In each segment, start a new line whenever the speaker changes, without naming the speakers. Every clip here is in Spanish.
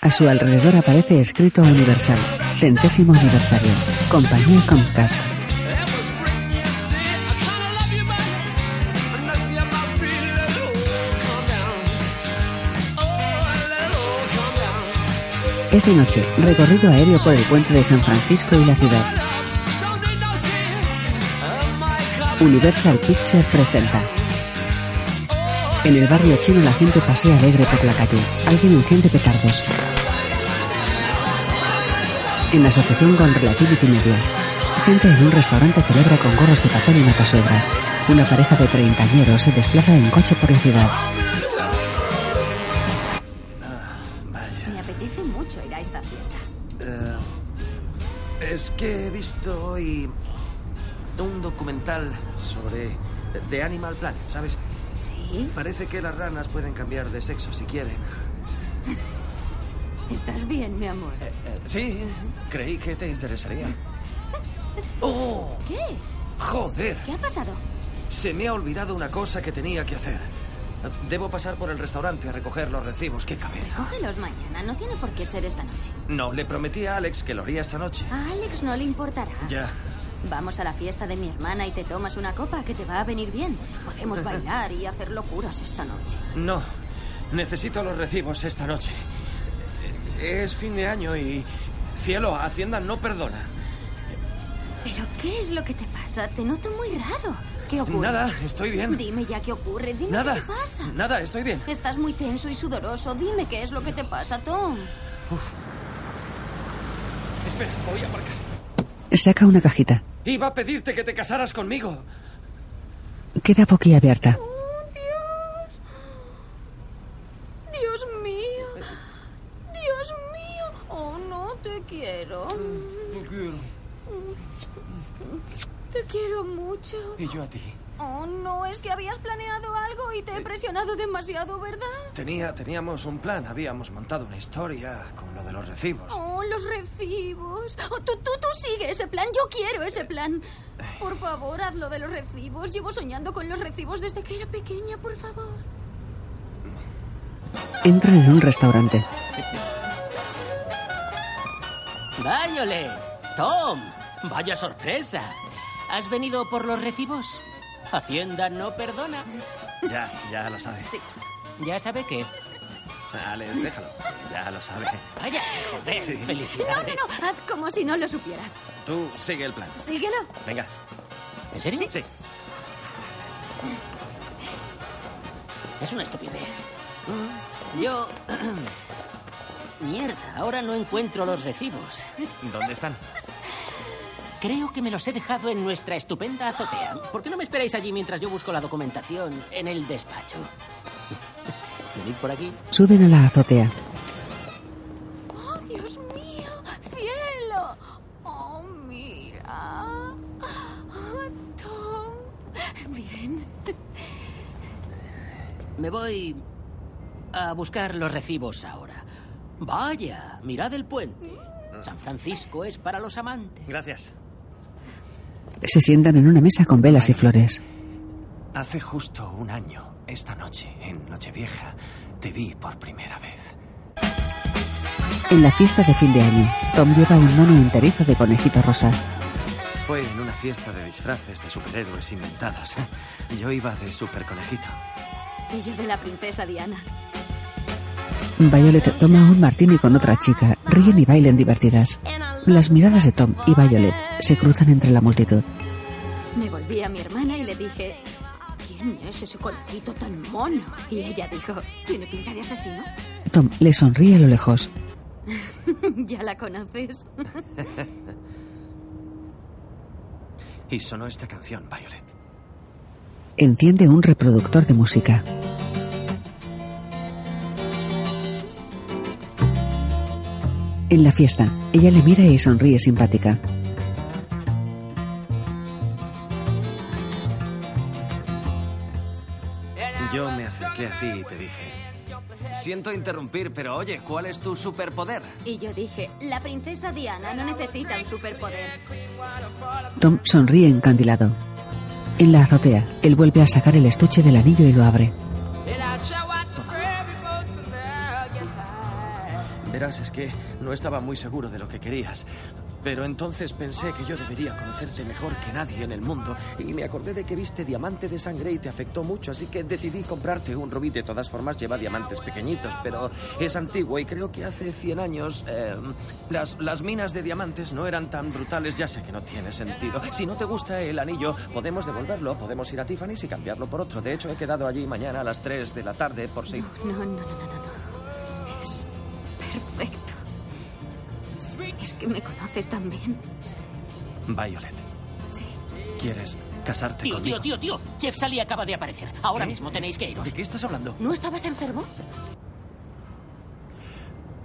A su alrededor aparece escrito Universal, centésimo aniversario, compañía Comcast. Es de noche, recorrido aéreo por el puente de San Francisco y la ciudad. Universal Pictures presenta. En el barrio chino la gente pasea alegre por la calle. Alguien enciende petardos. En la asociación con Relativity Media, gente en un restaurante celebra con gorros y papel y matasuegras. Una pareja de treintañeros se desplaza en coche por la ciudad.
Me apetece mucho ir a esta fiesta.
Eh, es que he visto hoy un documental sobre The Animal Planet, ¿sabes?
¿Sí?
Parece que las ranas pueden cambiar de sexo si quieren.
¿Estás bien, mi amor?
Eh, eh, sí, creí que te interesaría. ¡Oh!
¿Qué?
¡Joder!
¿Qué ha pasado?
Se me ha olvidado una cosa que tenía que hacer. Debo pasar por el restaurante a recoger los recibos. ¡Qué cabeza!
Cógelos mañana, no tiene por qué ser esta noche.
No, le prometí a Alex que lo haría esta noche.
A Alex no le importará.
Ya.
Vamos a la fiesta de mi hermana y te tomas una copa que te va a venir bien. Podemos bailar y hacer locuras esta noche.
No, necesito los recibos esta noche. Es fin de año y... Cielo, Hacienda no perdona.
¿Pero qué es lo que te pasa? Te noto muy raro. ¿Qué ocurre?
Nada, estoy bien.
Dime ya qué ocurre, dime
Nada.
qué te pasa.
Nada, estoy bien.
Estás muy tenso y sudoroso. Dime qué es lo que te pasa, Tom.
Espera, voy a aparcar.
Saca una cajita.
Iba a pedirte que te casaras conmigo.
Queda boquiabierta.
Dios mío. Dios mío. Oh, no, te quiero.
Mm.
Te quiero mucho.
Y yo a ti.
Oh, no, es que habías planeado algo y te he presionado demasiado, ¿verdad?
Tenía, teníamos un plan, habíamos montado una historia con lo de los recibos.
Oh, los recibos. Oh, tú, tú, tú sigue ese plan. Yo quiero ese plan. Por favor, hazlo de los recibos. Llevo soñando con los recibos desde que era pequeña, por favor.
Entran en un restaurante.
¡Váyole! ¡Tom! ¡Vaya sorpresa! ¿Has venido por los recibos? Hacienda no perdona.
Ya, ya lo sabe.
¿Ya sabe qué?
Alex, déjalo. Ya lo sabe.
¡Vaya!
Eh,
¡Joder!
Sí.
No, no,
¡Felicidades!
no. Haz como si no lo supiera.
Tú sigue el plan.
Síguelo.
Venga.
¿En serio?
Sí.
Es una estupidez. Mm, Yo... Mierda, ahora no encuentro los recibos.
¿Dónde están?
Creo que me los he dejado en nuestra estupenda azotea. ¿Por qué no me esperáis allí mientras yo busco la documentación en el despacho? Venid por aquí.
Suben a la azotea.
¡Oh, Dios mío! ¡Cielo! ¡Oh, mira! Oh, Tom. Bien.
Me voy a buscar los recibos ahora. Vaya, mirad el puente. San Francisco es para los amantes.
Gracias.
Se sientan en una mesa con velas y flores.
Hace justo un año, esta noche, en Nochevieja, te vi por primera vez.
En la fiesta de fin de año, Tom lleva un mono enterizo de conejito rosa.
Fue en una fiesta de disfraces de superhéroes inventadas. Yo iba de super conejito.
Y yo de la princesa Diana.
Violet toma un martini con otra chica, ríen y bailan divertidas. Las miradas de Tom y Violet se cruzan entre la multitud.
Me volví a mi hermana y le dije, ¿quién es ese conejito tan mono? Y ella dijo, ¿tiene pinta de asesino?
Tom le sonríe a lo lejos.
ya la conoces.
Y sonó esta canción, Violet.
Enciende un reproductor de música. En la fiesta, ella le mira y sonríe simpática.
Yo me acerqué a ti y te dije... Siento interrumpir, pero oye, ¿cuál es tu superpoder?
Y yo dije, la princesa Diana no necesita un superpoder.
Tom sonríe encandilado. En la azotea, él vuelve a sacar el estuche del anillo y lo abre.
Verás, es que no estaba muy seguro de lo que querías. Pero entonces pensé que yo debería conocerte mejor que nadie en el mundo. Y me acordé de que viste diamante de sangre y te afectó mucho, así que decidí comprarte un rubí. De todas formas, lleva diamantes pequeñitos, pero es antiguo y creo que hace 100 años eh, las, las minas de diamantes no eran tan brutales. Ya sé que no tiene sentido. Si no te gusta el anillo, podemos devolverlo, podemos ir a Tiffany's y cambiarlo por otro. De hecho, he quedado allí mañana a las 3 de la tarde por si...
No, no, no, no, no, no. Es perfecto. Es que me conoces tan bien.
Violet,
Sí.
¿quieres casarte
Tío,
conmigo?
tío, tío, tío. Chef Sally acaba de aparecer. Ahora mismo tenéis que iros.
¿De qué estás hablando?
¿Eh? ¿No estabas enfermo?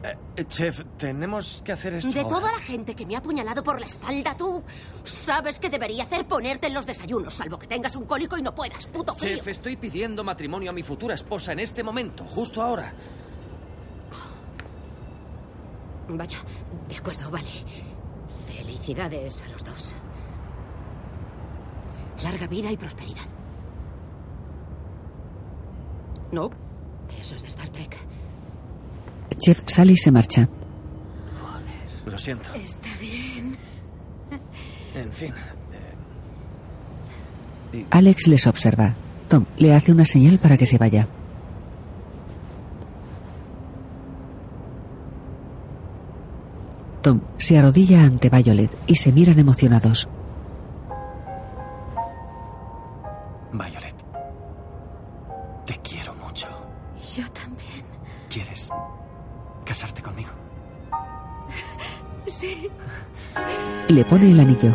Eh, Chef, tenemos que hacer esto.
De
ahora.
toda la gente que me ha apuñalado por la espalda, tú sabes que debería hacer ponerte en los desayunos, salvo que tengas un cólico y no puedas, puto frío.
Chef, estoy pidiendo matrimonio a mi futura esposa en este momento, justo ahora.
Vaya, de acuerdo, vale. Felicidades a los dos. Larga vida y prosperidad. No, eso es de Star Trek.
Chef sale y se marcha.
Lo siento.
Está bien.
En fin. eh, y-
Alex les observa. Tom le hace una señal para que se vaya. Tom se arrodilla ante Violet y se miran emocionados.
Violet, te quiero mucho.
Yo también.
¿Quieres casarte conmigo?
Sí.
Le pone el anillo.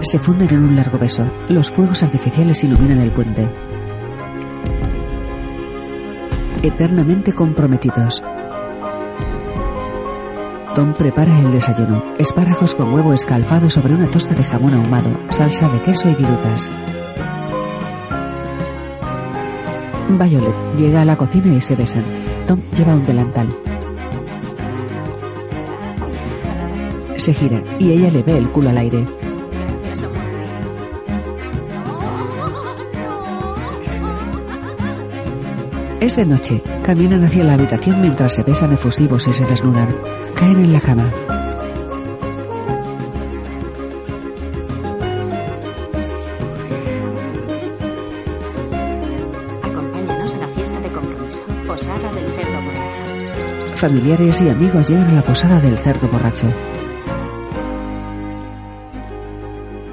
Se funden en un largo beso. Los fuegos artificiales iluminan el puente. Eternamente comprometidos. Tom prepara el desayuno. Espárragos con huevo escalfado sobre una tosta de jamón ahumado, salsa de queso y virutas. Violet llega a la cocina y se besan. Tom lleva un delantal. Se gira y ella le ve el culo al aire.
Gracias, amor.
Es de noche. Caminan hacia la habitación mientras se besan efusivos y se desnudan. Caen en la cama.
Acompáñanos a la fiesta de compromiso, posada del cerdo borracho.
Familiares y amigos llegan a la posada del cerdo borracho.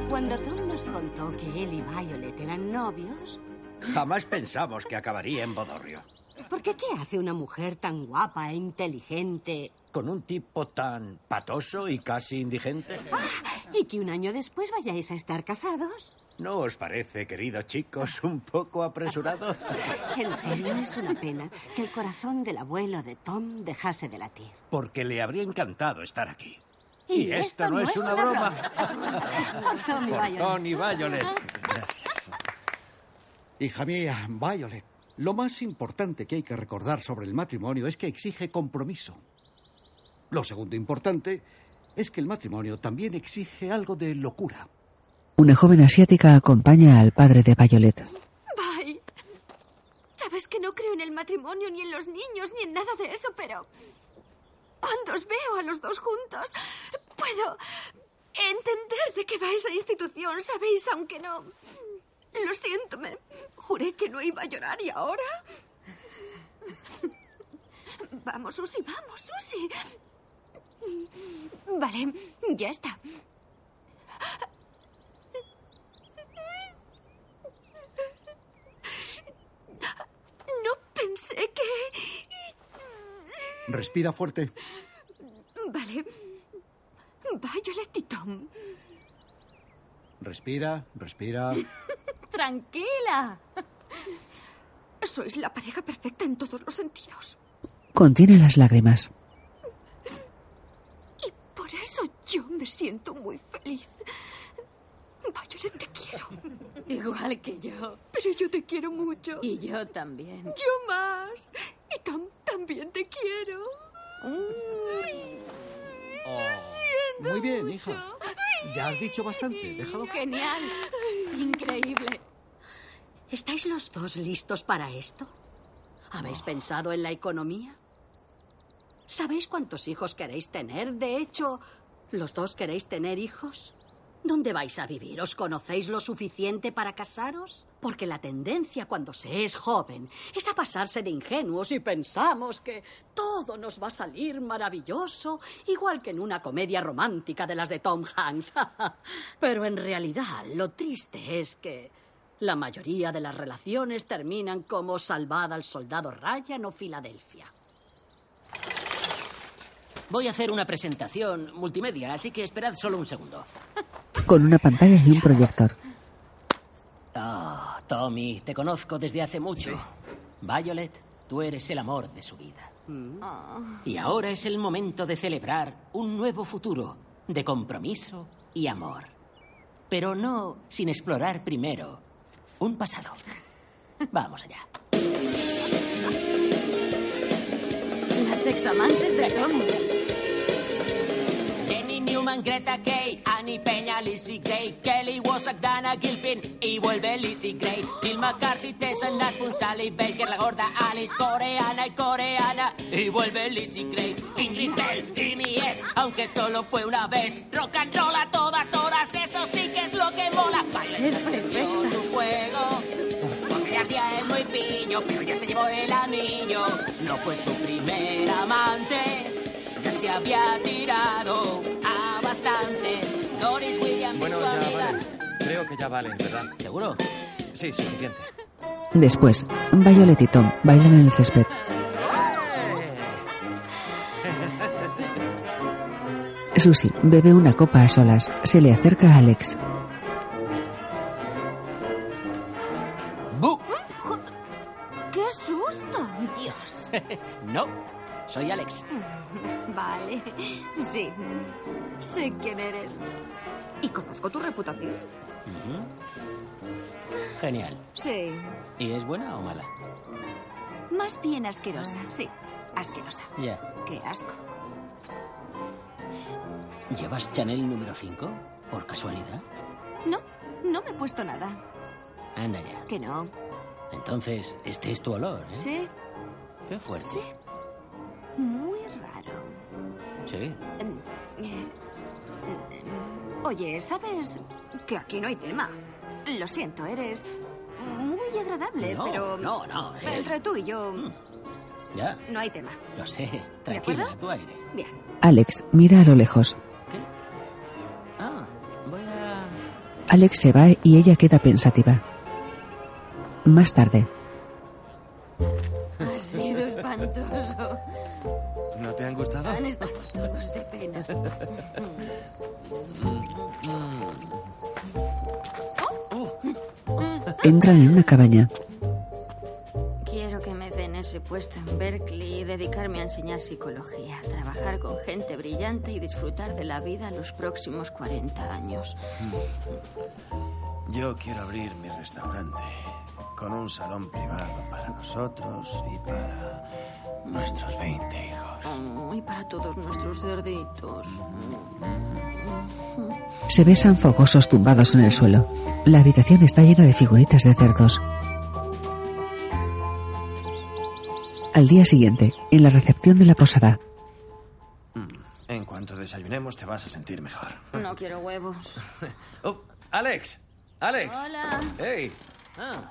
Cuando Tom nos contó que él y Violet eran novios,
Jamás pensamos que acabaría en Bodorrio.
¿por qué qué hace una mujer tan guapa e inteligente
Con un tipo tan patoso y casi indigente.
y que un año después vayáis a estar casados?
¿No os parece, queridos chicos, un poco apresurado?
En serio, es una pena que el corazón del abuelo de Tom dejase de latir.
Porque le habría encantado estar aquí.
Y esto no es una Tom y Violet.
Cortón y Violet. Gracias.
Hija mía, Violet, lo más importante que hay que recordar sobre el matrimonio es que exige compromiso. Lo segundo importante es que el matrimonio también exige algo de locura.
Una joven asiática acompaña al padre de Violet.
Bye. Sabes que no creo en el matrimonio, ni en los niños, ni en nada de eso, pero cuando os veo a los dos juntos, puedo entender de qué va esa institución, ¿sabéis? Aunque no... Lo siento, me juré que no iba a llorar y ahora... Vamos, Susi, vamos, Susi. Vale, ya está. No pensé que...
Respira fuerte.
Vale. Violet y Tom.
Respira, respira.
Tranquila.
Sois la pareja perfecta en todos los sentidos.
Contiene las lágrimas.
Y por eso yo me siento muy feliz. Violet, te quiero.
Igual que yo.
Pero yo te quiero mucho.
Y yo también.
yo más. Y
Oh.
Tom, también te quiero. Ay, gustado
Oh. Muy bien,
mucho.
hija. Ya has dicho bastante.
Oh,
Déjalo.
Genial. Increíble.
¿Estáis los dos listos para esto? ¿Habéis pensado en la economía? ¿Sabéis cuántos hijos queréis tener? De hecho, ¿los dos queréis tener hijos? ¿Dónde vais a vivir? ¿Os conocéis lo suficiente para casaros? Porque la tendencia cuando se es joven es a pasarse de ingenuos y pensamos que todo nos va a salir maravilloso, igual que en una comedia romántica de las de Tom Hanks. Pero en realidad lo triste es que la mayoría de las relaciones terminan como salvada al soldado Ryan o Filadelfia.
Voy a hacer una presentación multimedia, así que esperad solo un segundo.
Con una pantalla y un proyector.
Oh, Tommy, te conozco desde hace mucho. Violet, tú eres el amor de su vida.
Oh.
Y ahora es el momento de celebrar un nuevo futuro de compromiso y amor. Pero no sin explorar primero un pasado. Vamos allá.
Las examantes de Tom.
Jenny Newman, Greta Kay, Annie Peña, Lizzie Gray, Kelly Wozak, Dana Gilpin y vuelve Lizzie Gray. Phil McCarthy, Tessa Nashbun, Sally Baker, la gorda Alice, coreana y coreana y vuelve Lizzie Gray. Ingrid Bell y mi ex, aunque solo fue una vez. Rock and roll a todas horas, eso sí que es lo que mola. Baila y
Es
se perdió
perfecta.
tu juego. Porque Ardia es muy pillo, pero ya se llevó el anillo. No fue su primer amante ya se había tirado a bastantes. Doris Williams
Bueno,
y su
ya
amiga.
vale. Creo que ya vale, ¿verdad?
¿Seguro?
Sí, suficiente.
Después, Violet y Tom bailan en el césped. Susie bebe una copa a solas. Se le acerca a Alex.
¡Bu!
¿Eh? ¡Qué susto! Dios.
No, soy Alex.
Vale. Sí. Sé quién eres. Y conozco tu reputación.
Genial.
Sí.
¿Y es buena o mala?
Más bien asquerosa. Sí. Asquerosa.
Ya.
Qué asco.
¿Llevas Chanel número 5? ¿Por casualidad?
No, no me he puesto nada.
Anda ya.
Que no.
Entonces, este es tu olor, ¿eh?
Sí.
Qué fuerte.
Sí. Muy raro.
Sí.
Mm, eh, mm, Oye, ¿sabes que aquí no hay tema? Lo siento, eres muy agradable,
No,
pero...
no, no, eres-
Entre tú y yo
Ya,
no hay tema.
lo sé.
¿De
Tranquila,
acuerdo?
a tu aire.
Bien.
Alex mira a lo lejos.
¿Qué? Ah, voy a...
Alex se va y ella queda pensativa. Más tarde,
Ha sido espantoso.
¿No te han gustado?
Han estado todos de pena.
entran en una cabaña.
Quiero que me den ese puesto en Berkeley y dedicarme a enseñar psicología, trabajar con gente brillante y disfrutar de la vida los próximos 40 años.
Yo quiero abrir mi restaurante con un salón privado para nosotros y para nuestros 20 hijos.
Oh, y para todos nuestros cerditos.
Se besan fogosos tumbados en el suelo. La habitación está llena de figuritas de cerdos. Al día siguiente, en la recepción de la posada,
En cuanto desayunemos te vas a sentir mejor.
No quiero huevos.
Oh, Alex, Alex.
Hola.
Hey,
Ah,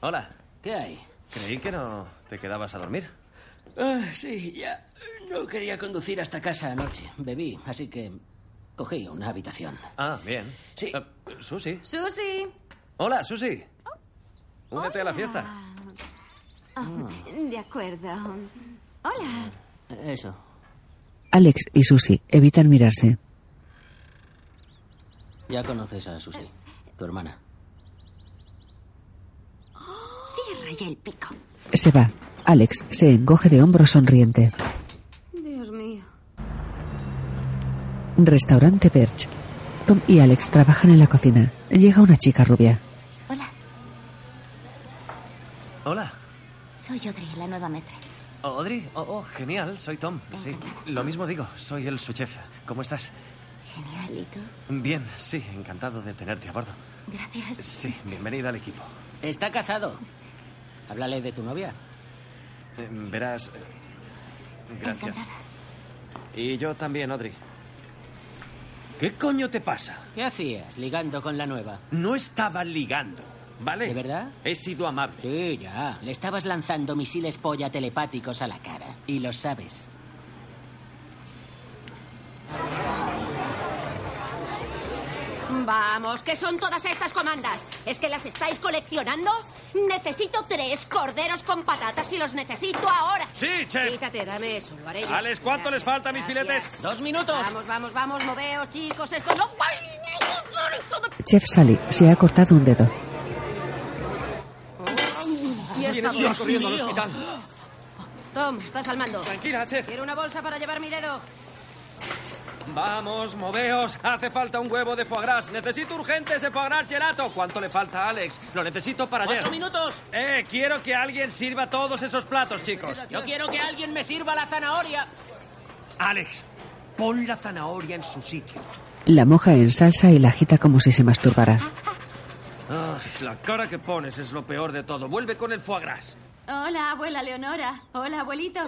hola.
¿qué hay?
Creí que no te quedabas a dormir.
Ah, sí, ya. No quería conducir hasta casa anoche. Bebí, así que cogí una habitación.
Ah, bien.
Sí.
Eh, Susi.
Susi.
Hola, Susi. Únete a la fiesta.
Ah,
Mm.
De acuerdo. Hola.
Eso.
Alex y Susie evitan mirarse.
Ya conoces a Susi, tu hermana.
Cierra ya el pico.
Se va. Alex se encoge de hombro sonriente.
Dios mío.
Restaurante Birch. Tom y Alex trabajan en la cocina. Llega una chica rubia.
Hola,
Hola.
soy Audrey, la nueva metre.
Audrey. Oh, oh, genial. Soy Tom. Sí. Lo mismo digo. Soy el su chef. ¿Cómo estás?
Genial, ¿y tú?
Bien, sí, encantado de tenerte a bordo.
Gracias.
Sí, bienvenida al equipo.
Está casado. Háblale de tu novia.
Eh, Verás. eh, Gracias. Y yo también, Audrey. ¿Qué coño te pasa?
¿Qué hacías ligando con la nueva?
No estaba ligando, ¿vale?
¿De verdad?
He sido amable.
Sí, ya. Le estabas lanzando misiles polla telepáticos a la cara. Y lo sabes.
Vamos, ¿qué son todas estas comandas? ¿Es que las estáis coleccionando? Necesito tres corderos con patatas y los necesito ahora.
Sí, chef.
Quítate, dame eso, lo haré yo.
Alex, ¿cuánto les falta, mis
Gracias.
filetes?
¡Dos minutos!
Vamos, vamos, vamos, moveos, chicos, esto no... ¡Ay, hijo de-
Chef Sally se ha cortado un dedo.
Tienes que ir corriendo al hospital.
Tom, estás al mando.
Tranquila, chef.
Quiero una bolsa para llevar mi dedo.
Vamos, moveos. Hace falta un huevo de foie gras. Necesito urgente ese foie gras gelato. ¿Cuánto le falta a Alex? Lo necesito para ayer.
¡Cuatro minutos!
Eh, quiero que alguien sirva todos esos platos, chicos.
Yo quiero que alguien me sirva la zanahoria.
Alex, pon la zanahoria en su sitio.
La moja en salsa y la agita como si se masturbara.
Ah, la cara que pones es lo peor de todo. Vuelve con el foie gras.
Hola, abuela Leonora. Hola, abuelito.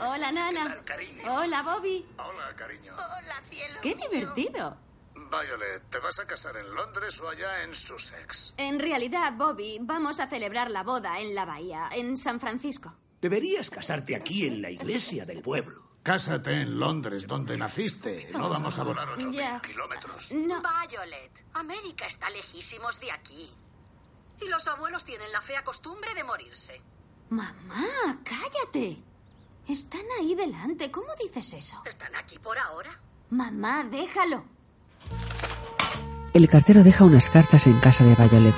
Hola. nana. Hola, Bobby.
Hola, cariño.
Qué divertido.
Violet, ¿te vas a casar en Londres o allá en Sussex?
En realidad, Bobby, vamos a celebrar la boda en la bahía, en San Francisco.
Deberías casarte aquí en la iglesia del pueblo.
Cásate en Londres, donde naciste. No vamos a volar ocho
Ya.
kilómetros.
No.
Violet, América está lejísimos de aquí. Y los abuelos tienen la fea costumbre de morirse.
Mamá, cállate. Están ahí delante. ¿Cómo dices eso?
¿Están aquí por ahora?
Mamá, déjalo.
El cartero deja unas cartas en casa de Violet.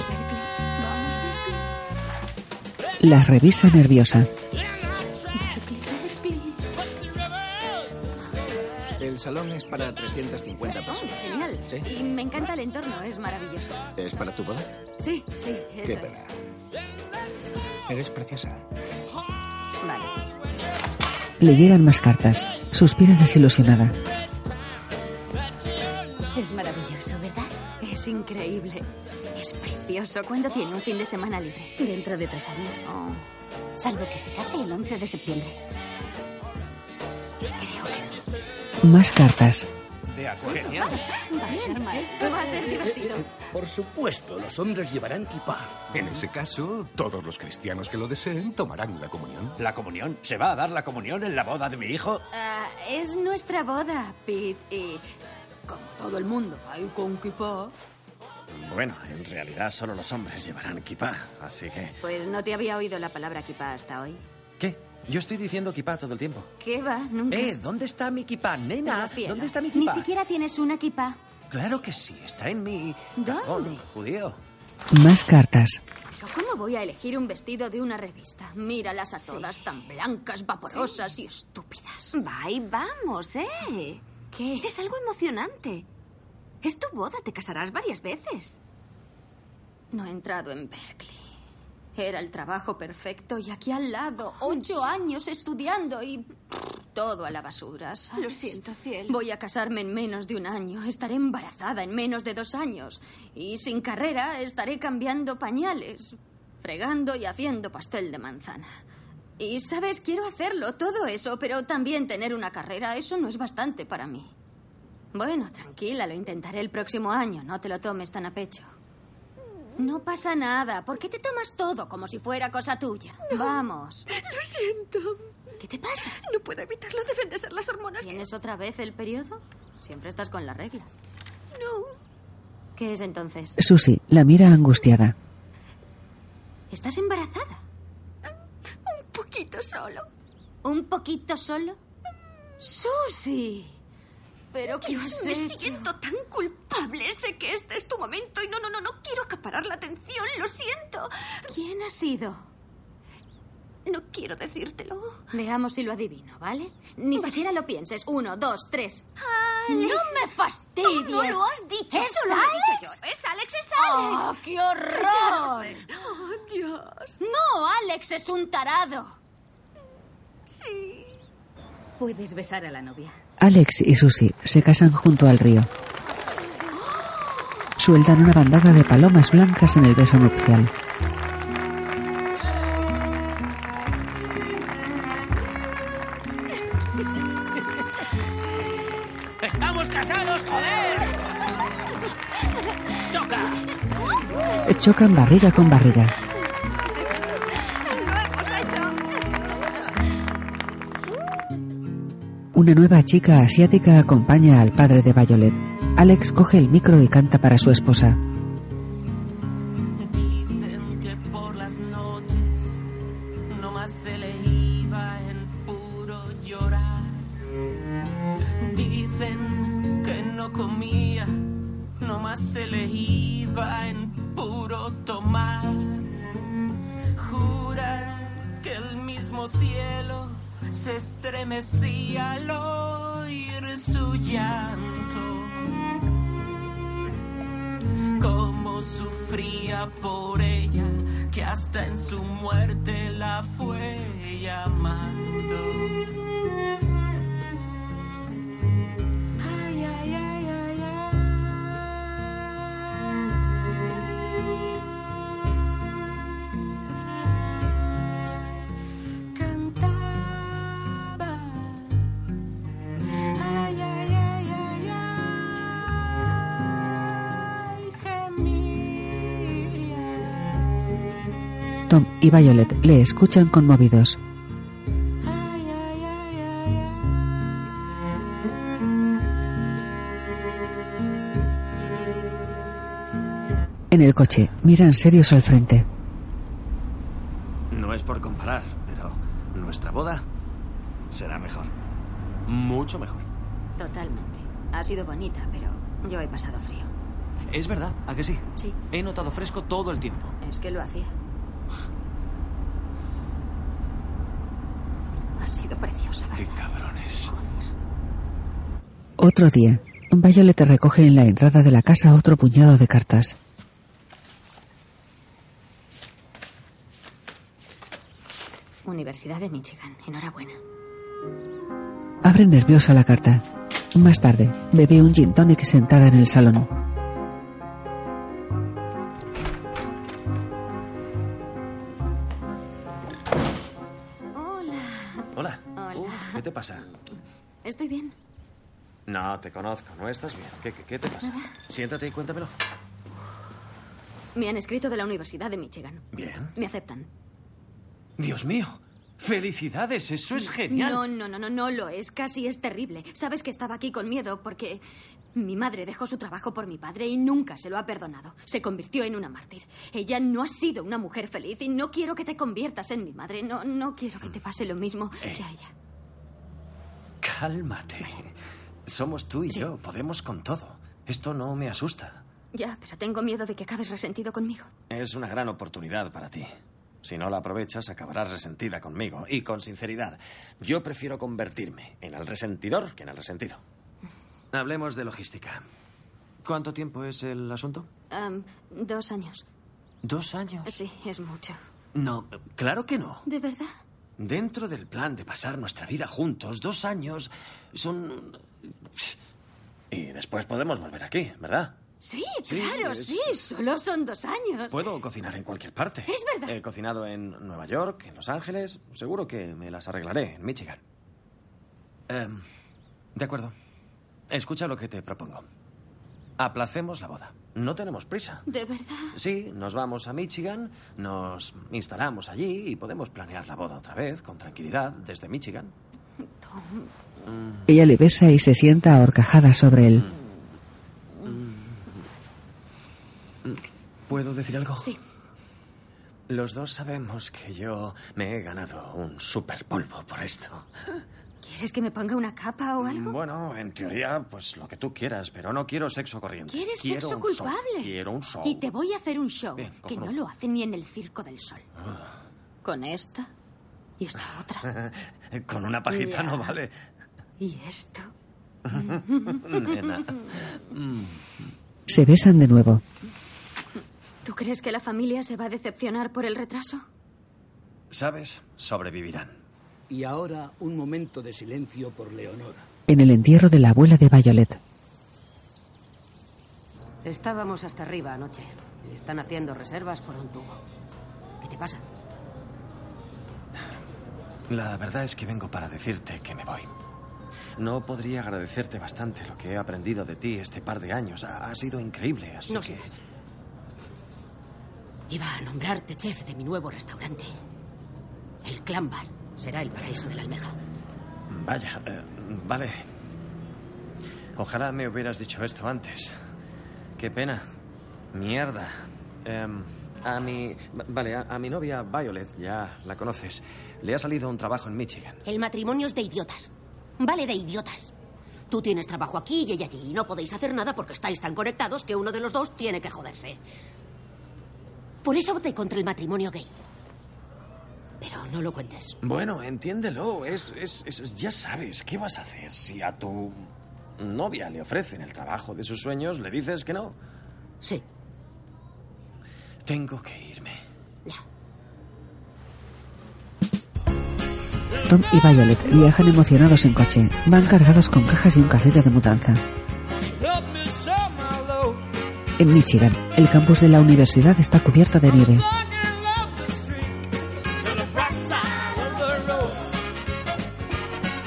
Las revisa nerviosa.
El salón es para 350
Oh, genial.
Sí.
Y me encanta el entorno, es maravilloso.
¿Es para tu boda?
Sí, sí, eso es.
Eres preciosa.
Vale.
Le llegan más cartas. Suspira desilusionada.
Es maravilloso, ¿verdad? Es increíble. Es precioso. ¿Cuándo tiene un fin de semana libre?
Dentro de tres años.
Oh,
Salvo que se case el 11 de septiembre.
creo que no.
Más cartas.
De acuerdo. Genial.
Va a ser mal. Esto va a ser divertido.
Eh, Por supuesto, los hombres llevarán kipá.
En ese caso, todos los cristianos que lo deseen tomarán la comunión.
La comunión. ¿Se va a dar la comunión en la boda de mi hijo?
Ah, es nuestra boda, Pete, y como todo el mundo hay con kipá.
Bueno, en realidad solo los hombres llevarán kipá, así que...
Pues no te había oído la palabra kipá hasta hoy.
¿Qué? Yo estoy diciendo kipá todo el tiempo.
¿Qué va? Nunca.
Eh, ¿dónde está mi kipá, nena?
Pero, cielo,
¿Dónde está mi
Ni
kipá?
siquiera tienes una kipá.
Claro que sí, está en mi...
¿Dónde?
cajón, judío.
Más cartas.
Pero ¿cómo voy a elegir un vestido de una revista? Míralas a todas tan blancas, vaporosas y estúpidas.
Va y vamos, ¿eh?
¿Qué?
Es algo emocionante. Es tu boda, te casarás varias veces.
No he entrado en Berkeley. Era el trabajo perfecto y aquí al lado, ocho años estudiando y pff, todo a la basura. ¿sabes?
Lo siento, cielo.
Voy a casarme en menos de un año. Estaré embarazada en menos de dos años. Y sin carrera estaré cambiando pañales, fregando y haciendo pastel de manzana. Y sabes, quiero hacerlo, todo eso, pero también tener una carrera, eso no es bastante para mí. Bueno, tranquila, lo intentaré el próximo año, no te lo tomes tan a pecho. No pasa nada. ¿Por qué te tomas todo como si fuera cosa tuya? Vamos.
Lo siento.
¿Qué te pasa?
No puedo evitarlo, deben de ser las hormonas. que-
¿Tienes otra vez el periodo? Siempre estás con la regla.
No,
¿Qué es entonces?
Susie la mira angustiada.
¿Estás embarazada?
un poquito solo.
¿Un poquito solo? ¡Susi! ¿Pero qué
Dios,
has
me
hecho?
siento tan culpable. Sé que este es tu momento y no, no, no, no quiero acaparar la atención. Lo siento.
¿Quién ha sido?
No quiero decírtelo.
Veamos si lo adivino, ¿vale? Ni siquiera lo pienses. Uno, dos, tres. ¡No me fastidies!
Tú no lo has dicho.
¿Es
tú lo he dicho
Alex?
yo. Es Alex, es Alex.
¡Oh, qué horror!
Oh, Dios.
No, Alex es un tarado.
Sí.
Puedes besar a la novia.
Alex y Susie se casan junto al río. Sueltan una bandada de palomas blancas en el beso nupcial.
¡Estamos casados, joder! ¡Choca!
Chocan barriga con barriga. Una nueva chica asiática acompaña al padre de Violet. Alex coge el micro y canta para su esposa.
Dicen que por las noches no más se le iba en puro llorar. Dicen que no comía, no más se le iba en puro tomar. Juran que el mismo cielo se estremecía al oír su llanto cómo sufría por ella, que hasta en su muerte la fue llamando. Ay, ay, ay, ay, ay. Cantaba. Ay, ay, ay, ay, ay. Gemía.
Tom y Violet le escuchan conmovidos. En el coche, miran serios al frente.
No es por comparar, pero nuestra boda será mejor. Mucho mejor.
Totalmente. Ha sido bonita, pero yo he pasado frío.
Es verdad, ¿a que sí?
Sí.
He notado fresco todo el tiempo.
Es que lo hacía. Ha sido preciosa.
Qué cabrones.
Otro día, Violet recoge en la entrada de la casa otro puñado de cartas.
Universidad de Michigan. Enhorabuena.
Abre nerviosa la carta. Más tarde, bebe un gin tonic sentada en el salón.
Hola.
Hola.
¿Qué te pasa?
Ah. Estoy bien.
No, te conozco, no estás bien. ¿Qué, qué- qué te pasa? Siéntate y cuéntamelo.
Me han escrito de la Universidad de Michigan.
Bien.
Me aceptan.
Dios mío. Felicidades, eso es genial.
No, no, no, no, no lo es. Casi es terrible. Sabes que estaba aquí con miedo porque mi madre dejó su trabajo por mi padre y nunca se lo ha perdonado. Se convirtió en una mártir. Ella no ha sido una mujer feliz y no quiero que te conviertas en mi madre. No, no quiero que te pase lo mismo
Eh.
que a ella.
Cálmate. Somos tú y yo, podemos con todo. Esto no me asusta.
Ya, pero tengo miedo de que acabes resentido conmigo.
Es una gran oportunidad para ti. Si no la aprovechas, acabarás resentida conmigo. Y con sinceridad, yo prefiero convertirme en el resentidor que en el resentido. Hablemos de logística. ¿Cuánto tiempo es el asunto?
Am, dos años.
¿Dos años?
Sí, es mucho.
No, claro que no.
¿De verdad?
Dentro del plan de pasar nuestra vida juntos, dos años son... Y después podemos volver aquí, ¿verdad?
Sí,
Sí,
claro,
es- Pues-
sí. Solo son dos años.
Puedo cocinar en cualquier parte.
Es verdad.
He cocinado en Nueva York, en Los Ángeles. Seguro que me las arreglaré en Michigan. Em, de acuerdo. Escucha lo que te propongo. Aplacemos la boda. No tenemos prisa.
¿De verdad?
Sí, nos vamos a Michigan, nos instalamos allí y podemos planear la boda otra vez con tranquilidad desde Michigan. Mm.
Ella le besa y se sienta ahorcajada sobre él.
¿Puedo decir algo?
Sí.
Los dos sabemos que yo me he ganado un super polvo por esto.
¿Quieres que me ponga una capa o algo?
Bueno, en teoría, pues lo que tú quieras, pero no quiero sexo corriente.
¿Quieres
Quiero
sexo
un
culpable?
Show. Quiero un show.
Y te voy a hacer un show
Bien,
que
cómo
no
no. Ah.
lo hacen ni en el Circo del Sol. Con esta y esta otra
Con una pajita
Ya.
no vale.
y esto.
Nena. Mm.
Se besan de nuevo.
¿Tú crees que la familia se va a decepcionar por el retraso?
¿Sabes? Sobrevivirán.
Y ahora un momento de silencio por Leonora.
en el entierro de la abuela de Violet.
Estábamos hasta arriba anoche. Y están haciendo reservas por un tubo. ¿Qué te pasa?
La verdad es que vengo para decirte que me voy. No podría agradecerte bastante lo que he aprendido de ti este par de años. Ha, ha sido increíble, así
No
que...
seas. Iba a nombrarte chef de mi nuevo restaurante. El Clan Bar será el paraíso de la almeja.
Vaya, eh, vale. Ojalá me hubieras dicho esto antes. Qué pena. Mierda. Em, a mi... Vale, a, a mi novia Violet, ya la conoces. Le ha salido un trabajo en Michigan.
El matrimonio es de idiotas. Vale, de idiotas. Tú tienes trabajo aquí y ella allí. Y no podéis hacer nada porque estáis tan conectados que uno de los dos tiene que joderse. Por eso voté contra el matrimonio gay. Pero no lo cuentes.
Bueno, entiéndelo. Es, es, es- ya sabes, ¿qué vas a hacer si a tu novia le ofrecen el trabajo de sus sueños? ¿Le dices que no?
Sí.
Tengo que irme.
Tom y Violet viajan emocionados en coche. Van cargados con cajas y un carrito de mudanza. En Michigan, el campus de la universidad está cubierto de nieve.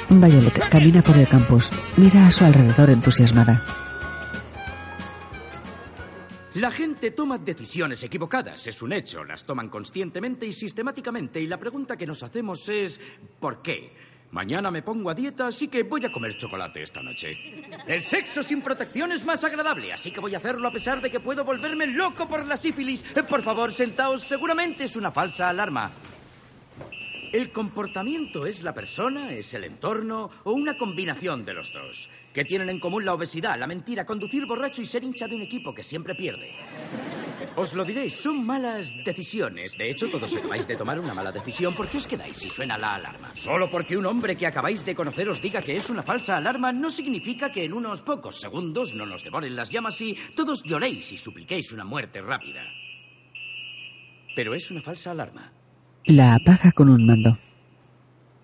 Violet camina por el campus. Mira a su alrededor entusiasmada.
La gente toma decisiones equivocadas, es un hecho. Las toman conscientemente y sistemáticamente. Y la pregunta que nos hacemos es, ¿por qué? Mañana me pongo a dieta, así que voy a comer chocolate esta noche. El sexo sin protección es más agradable, así que voy a hacerlo a pesar de que puedo volverme loco por la sífilis. Eh, Por favor, sentaos, seguramente es una falsa alarma. El comportamiento es la persona, es el entorno o una combinación de los dos. ¿Qué tienen en común la obesidad, la mentira, conducir borracho y ser hincha de un equipo que siempre pierde? Os lo diréis, son malas decisiones. De hecho, todos acabáis de tomar una mala decisión. ¿Por qué os quedáis si suena la alarma? Solo porque un hombre que acabáis de conocer os diga que es una falsa alarma no significa que en unos pocos segundos no nos devoren las llamas y todos lloréis y supliquéis una muerte rápida. Pero es una falsa alarma.
La apaga con un mando.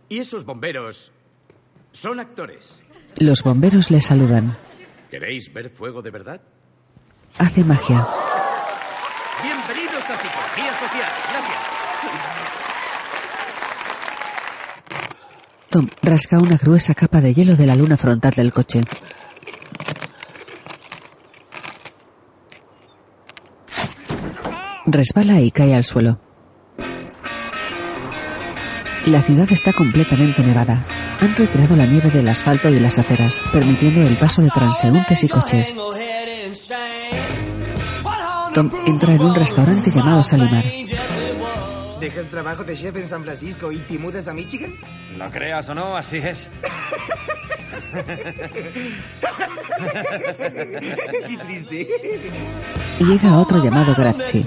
Y esos bomberos son actores.
Los bomberos le saludan.
¿Queréis ver fuego de verdad?
Hace magia.
Bienvenidos a Psicología Social. Gracias.
Tom rasca una gruesa capa de hielo de la luna frontal del coche. Resbala y cae al suelo. La ciudad está completamente nevada. Han retirado la nieve del asfalto y las aceras, permitiendo el paso de transeúntes y coches. Tom entra en un restaurante llamado Salimar.
¿Deja el trabajo de chef en San Francisco y te mudas a Michigan?
Lo creas o no, así es.
¡Qué triste!
Llega otro llamado Grazzi.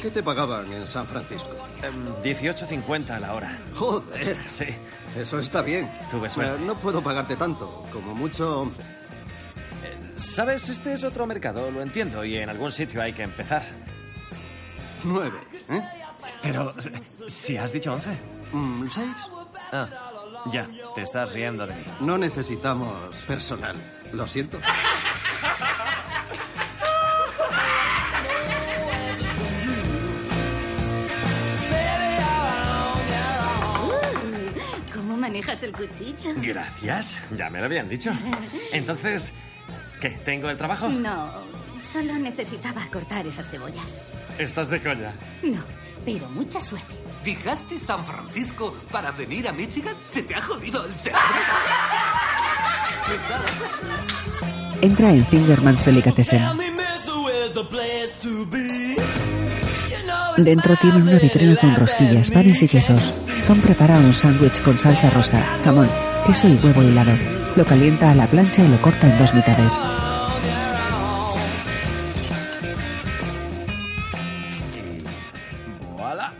¿Qué te pagaban en San Francisco? 18.50 a Em, la hora.
Joder.
Sí.
Eso está bien.
Tuve suerte.
Eh, No puedo pagarte tanto, como mucho 11.
Sabes, este es otro mercado, lo entiendo, y en algún sitio hay que empezar.
Nueve, ¿eh?
Pero, si has dicho once.
Mm, ¿Seis?
Ah, ya, te estás riendo de mí.
No necesitamos personal. Lo siento.
¿Cómo manejas el cuchillo?
Gracias, ya me lo habían dicho. Entonces, ¿qué? ¿Tengo el trabajo?
No, solo necesitaba cortar esas cebollas.
Estás de coña.
No, pero mucha suerte.
¿Dejaste San Francisco para venir a Michigan? ¿Se te ha jodido el cerebro?
Entra en Fingerman's Delicatessen. Dentro tienen una vitrina con rosquillas, panes y quesos. Tom prepara un sándwich con salsa rosa, jamón, queso y huevo hilado. Lo calienta a la plancha y lo corta en dos mitades.
¡Voilà!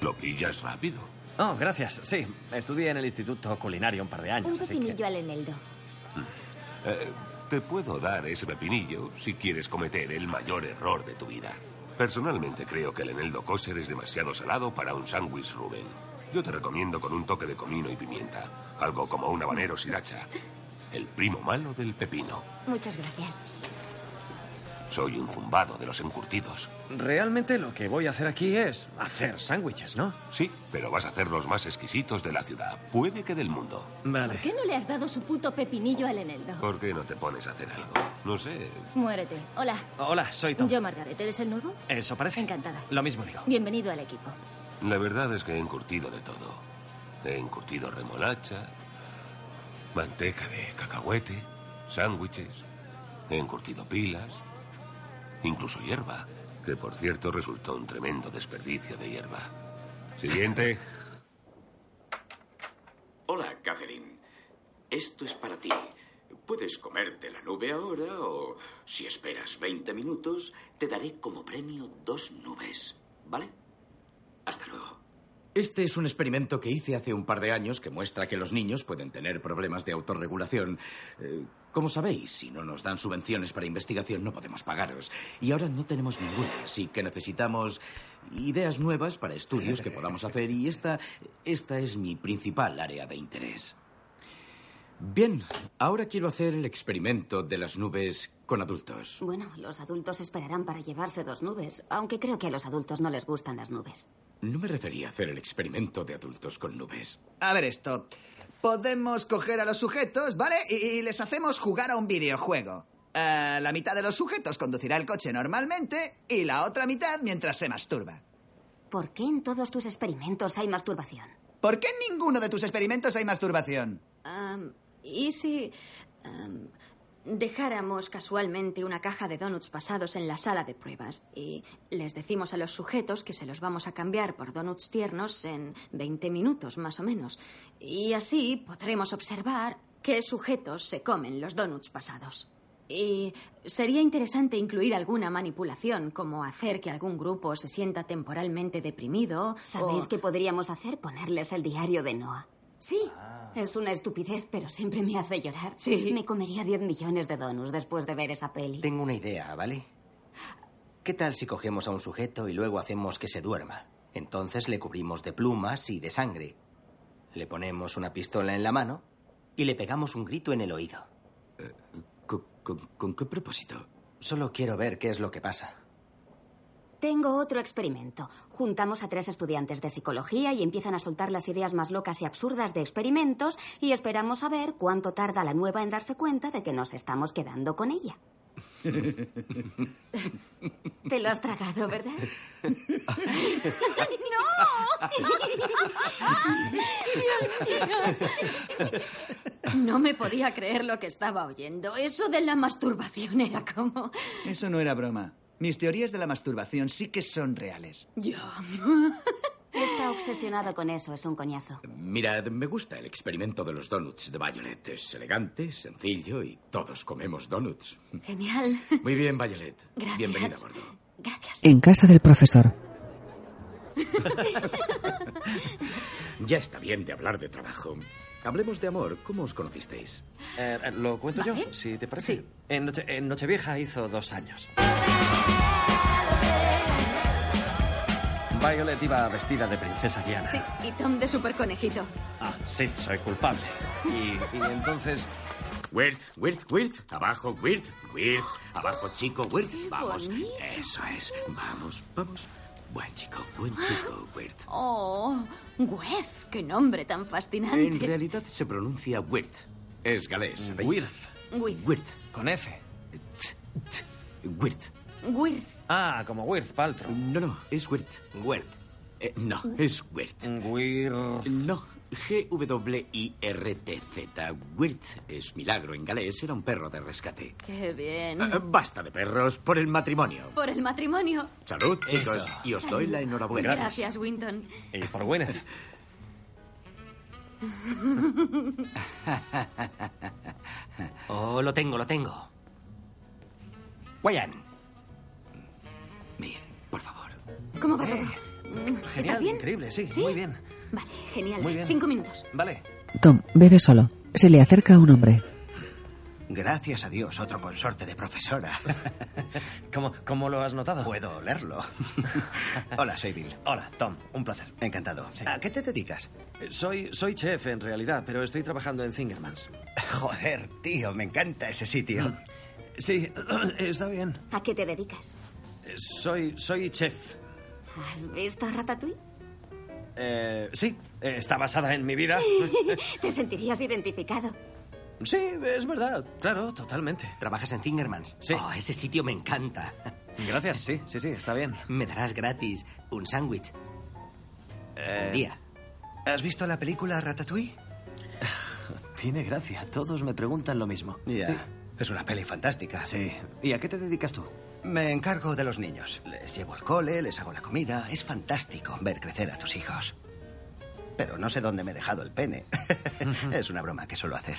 Lo pillas rápido.
Oh, gracias, sí. Estudié en el Instituto Culinario un par de
Un
años, así que...
pepinillo al eneldo.
Eh, te puedo dar ese pepinillo si quieres cometer el mayor error de tu vida. Personalmente creo que el eneldo kosher es demasiado salado para un sándwich Rubén. Yo te recomiendo con un toque de comino y pimienta. Algo como un habanero sriracha. El primo malo del pepino.
Muchas gracias.
Soy un zumbado de los encurtidos.
Realmente lo que voy a hacer aquí es hacer sándwiches, ¿no?
Sí, pero vas a hacer los más exquisitos de la ciudad. Puede que del mundo.
Vale.
¿Por qué no le has dado su puto pepinillo al Eneldo?
¿Por qué no te pones a hacer algo? No sé.
Muérete. Hola.
Hola, soy Tom.
Yo, Margaret. ¿Eres el nuevo?
Eso parece.
Encantada.
Lo mismo digo.
Bienvenido al equipo.
La verdad es que he encurtido de todo. He encurtido remolacha, manteca de cacahuete, sándwiches, he encurtido pilas, incluso hierba, que por cierto resultó un tremendo desperdicio de hierba. Siguiente.
Hola, Catherine. Esto es para ti. Puedes comerte la nube ahora o, si esperas 20 minutos, te daré como premio dos nubes. ¿Vale? Hasta luego.
Este es un experimento que hice hace un par de años que muestra que los niños pueden tener problemas de autorregulación. Eh, como sabéis, si no nos dan subvenciones para investigación no podemos pagaros. Y ahora no tenemos ninguna, así que necesitamos ideas nuevas para estudios que podamos hacer y esta, esta es mi principal área de interés. Bien, ahora quiero hacer el experimento de las nubes con adultos.
Bueno, los adultos esperarán para llevarse dos nubes, aunque creo que a los adultos no les gustan las nubes.
No me refería a hacer el experimento de adultos con nubes.
A ver esto. Podemos coger a los sujetos, ¿vale? Y, y les hacemos jugar a un videojuego. Eh, la mitad de los sujetos conducirá el coche normalmente y la otra mitad mientras se masturba.
¿Por qué en todos tus experimentos hay masturbación?
¿Por qué en ninguno de tus experimentos hay masturbación?
Am, ¿Y si am, dejáramos casualmente una caja de donuts pasados en la sala de pruebas y les decimos a los sujetos que se los vamos a cambiar por donuts tiernos en 20 minutos más o menos? Y así podremos observar qué sujetos se comen los donuts pasados. Y sería interesante incluir alguna manipulación, como hacer que algún grupo se sienta temporalmente deprimido.
¿Sabéis
o-
qué podríamos hacer? Ponerles el diario de Noah. Sí, es una estupidez, pero siempre me hace llorar.
Sí.
Me comería 10 millones de donuts después de ver esa peli.
Tengo una idea, ¿vale? ¿Qué tal si cogemos a un sujeto y luego hacemos que se duerma? Entonces le cubrimos de plumas y de sangre. Le ponemos una pistola en la mano y le pegamos un grito en el oído.
¿Con, qué propósito?
Solo quiero ver qué es lo que pasa.
Tengo otro experimento. Juntamos a tres estudiantes de psicología y empiezan a soltar las ideas más locas y absurdas de experimentos y esperamos a ver cuánto tarda la nueva en darse cuenta de que nos estamos quedando con ella. Te lo has tragado, ¿verdad?
No me podía creer lo que estaba oyendo. Eso de la masturbación era como...
Eso no era broma. Mis teorías de la masturbación sí que son reales.
Yo.
Está obsesionado con eso, es un coñazo.
Mirad, me gusta el experimento de los donuts de Violet. Es elegante, sencillo y todos comemos donuts.
Genial.
Muy bien, Violet.
Gracias.
Bienvenida a bordo.
En casa del profesor.
Ya está bien de hablar de trabajo. Hablemos de amor. ¿Cómo os conocisteis?
Eh, eh, ¿Lo cuento yo? Si te parece. En, Noche- en Nochevieja hizo dos años. Violet iba vestida de princesa Diana.
Sí, y Tom de super conejito.
Ah, sí, soy culpable. Y, y entonces.
Wirt, Wirt, Wirt. Abajo, Wirt, Wirt. Abajo, chico, Wirt. Vamos.
bonito.
Eso es. Vamos, vamos. Buen chico, buen chico, Wirt.
Oh, Wef, qué nombre tan
En
fascinante.
realidad se pronuncia Wirt. Es galés. ¿sabéis?
Wirth.
Wirt.
Con F.
Wirt.
Wirth.
Ah, como Wirth, Paltrow.
No, no, es Wirt. Eh,
Wirt.
no, es Wirt.
Wirt.
No, G-W-I-R-T-Z. Wirt es milagro en galés, era un perro de rescate.
Qué bien.
Eh, Basta de perros por el matrimonio.
Por el matrimonio.
Salud, chicos, y os doy la enhorabuena.
Gracias, Winton.
Y por Gwyneth.
Oh, lo tengo, lo tengo. Wayan.
¿Cómo va todo? Mm,
Genial,
¿Estás bien?
increíble, sí, Muy bien.
Vale, genial.
Muy bien.
Cinco minutos.
Vale.
Tom bebe solo. Se le acerca un hombre.
Gracias a Dios, otro consorte de profesora.
¿Cómo, ¿Cómo lo has notado?
Puedo olerlo. Hola, soy Bill.
Hola, Tom. Un placer.
Encantado. Ah, ¿A qué te dedicas?
Eh, Soy, soy chef en realidad, pero estoy trabajando en Zingerman's. Mm.
Joder, tío, me encanta ese sitio.
Sí, está bien. Eh,
¿A qué te dedicas?
Soy, soy chef.
¿Has visto Ratatouille?
Eh, sí, eh, está basada en mi vida.
te sentirías identificado.
Sí, es verdad. Claro, totalmente.
¿Trabajas en Zingermans?
Sí.
Oh, ese sitio me encanta.
Gracias, sí, sí, sí, está bien.
Me darás gratis un sándwich.
Eh,
Un día.
¿Has visto la película Ratatouille?
Tiene gracia. Todos me preguntan lo mismo.
Ya. Es una peli fantástica.
Sí. ¿Y a qué te dedicas tú?
Me encargo de los niños. Les llevo al cole, les hago la comida. Es fantástico ver crecer a tus hijos. Pero no sé dónde me he dejado el pene. es una broma que suelo hacer.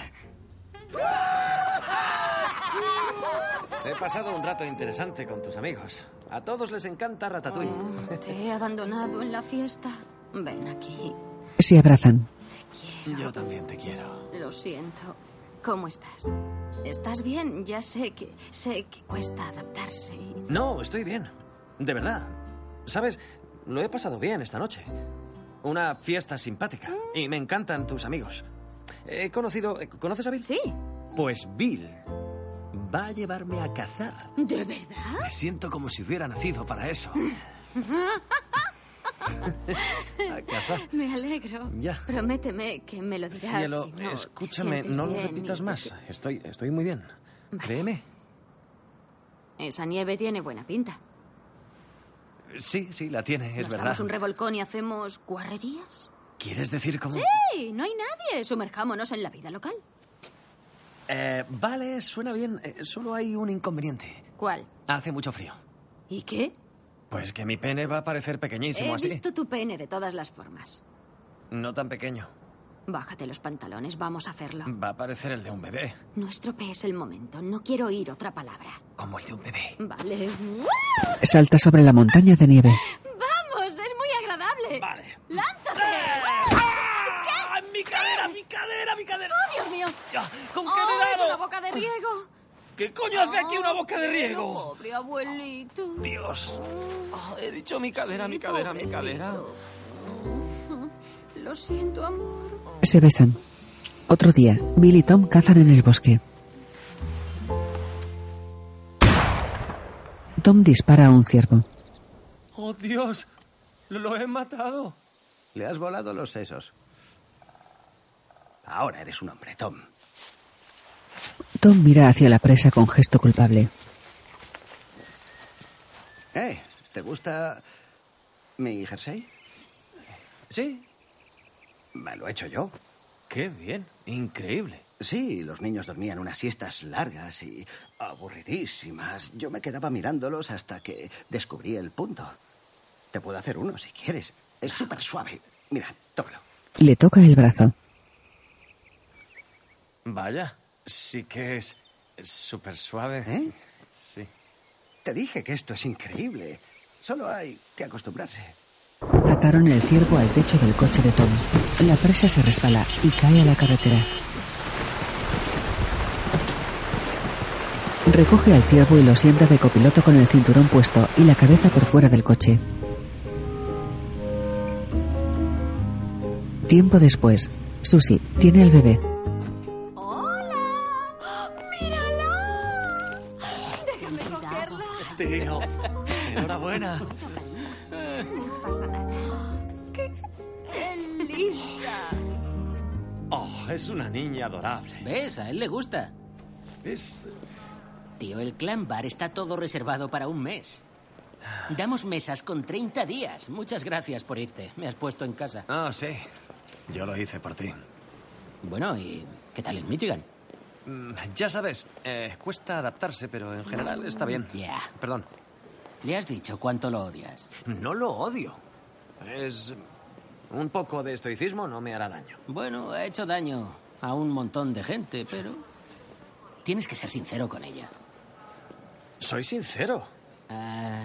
He pasado un rato interesante con tus amigos. A todos les encanta Ratatouille.
Oh.
Te he abandonado en la fiesta. Ven aquí.
Se abrazan.
Yo también te quiero.
Lo siento. ¿Cómo estás? ¿Estás bien? Ya sé que sé que cuesta adaptarse. y-
No, estoy bien. De verdad. ¿Sabes? Lo he pasado bien esta noche. Una fiesta simpática. Y me encantan tus amigos. He conocido... eh, ¿Conoces a Bill?
Sí.
Pues Bill va a llevarme a cazar.
¿De verdad?
Me siento como si hubiera nacido para eso. A cazar.
Me alegro.
Ya.
Prométeme que me lo dirás.
Cielo,
si no, te
escúchame,
sientes
no lo
bien
repitas
y- pues
más. Estoy, estoy muy bien. Créeme.
Esa nieve tiene buena pinta.
Sí, sí, la tiene, es
¿Nos
verdad.
damos un revolcón y hacemos guarrerías?
¿Quieres decir cómo?
¡Sí! No hay nadie. Sumerjámonos en la vida local.
Eh, vale, suena bien. Eh, solo hay un inconveniente.
¿Cuál?
Hace mucho frío.
¿Y qué?
Pues que mi pene va a parecer pequeñísimo
He
así.
visto tu pene de todas las formas.
No tan pequeño.
Bájate los pantalones, vamos a hacerlo.
Va a parecer el de un bebé.
No estropees el momento, no quiero oír otra palabra.
Como el de un bebé.
Vale.
Salta sobre la montaña de nieve.
¡Vamos! ¡Es muy agradable! Vale. ¡Lánzate!
¡Eh! ¡Ah, mi cadera, mi cadera, mi cadera!
¡Oh, Dios mío!
Ya, ¿Con qué
¡Oh,
me
es
he
una
dado?
boca de riego!
¿Qué coño hace aquí una boca de
Oh,
riego?
Pobre abuelito.
Dios. Oh, he dicho mi cadera,
Sí,
mi cadera, mi cadera.
pobrecito. Lo siento, amor.
Se besan. Otro día, Bill y Tom cazan en el bosque. Tom dispara a un ciervo.
¡Oh, Dios! ¡Lo, lo he matado!
Le has volado los sesos. Ahora eres un hombre, Tom.
Tom mira hacia la presa con gesto culpable.
¿Eh? ¿Te gusta mi jersey?
Sí.
Me lo he hecho yo.
¡Qué bien! Increíble.
Sí, los niños dormían unas siestas largas y aburridísimas. Yo me quedaba mirándolos hasta que descubrí el punto. Te puedo hacer uno si quieres. Es súper suave. Mira, tócalo.
Le toca el brazo.
Vaya, sí que es es súper suave.
¿Eh?
Sí.
Te dije que esto es increíble. Solo hay que acostumbrarse.
Ataron el ciervo al techo del coche de Tom. La presa se resbala y cae a la carretera. Recoge al ciervo y lo sienta de copiloto con el cinturón puesto y la cabeza por fuera del coche. Tiempo después, Susie tiene al bebé.
Déjame cogerla.
Tío, enhorabuena.
No pasa nada. ¡Qué, qué lista!
Oh, es una niña adorable.
¿Ves? A él le gusta.
Es...
Tío, el clan bar está todo reservado para un mes. Damos mesas con 30 días. Muchas gracias por irte. Me has puesto en casa.
Ah, sí. Yo lo hice por ti.
Bueno, ¿y qué tal en Michigan?
Mm, Ya sabes, eh, cuesta adaptarse, pero en general está bien.
Ya.
Perdón.
¿Le has dicho cuánto lo odias?
No lo odio. Es... Un poco de estoicismo no me hará daño.
Bueno, ha hecho daño a un montón de gente, pero... Tienes que ser sincero con ella.
Soy sincero.
Ah,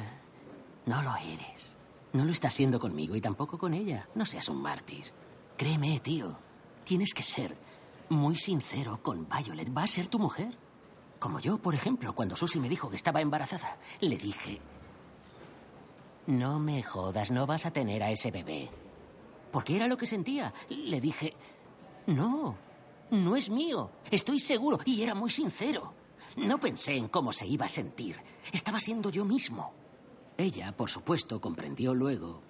no lo eres. No lo estás siendo conmigo y tampoco con ella. No seas un mártir. Créeme, tío. Tienes que ser muy sincero con Violet. Va a ser tu mujer.
Como yo, por ejemplo, cuando Susi me dijo que estaba embarazada, le dije... No me jodas, no vas a tener a ese bebé. Porque era lo que sentía. Le dije... No, no es mío, estoy seguro. Y era muy sincero. No pensé en cómo se iba a sentir. Estaba siendo yo mismo. Ella, por supuesto, comprendió luego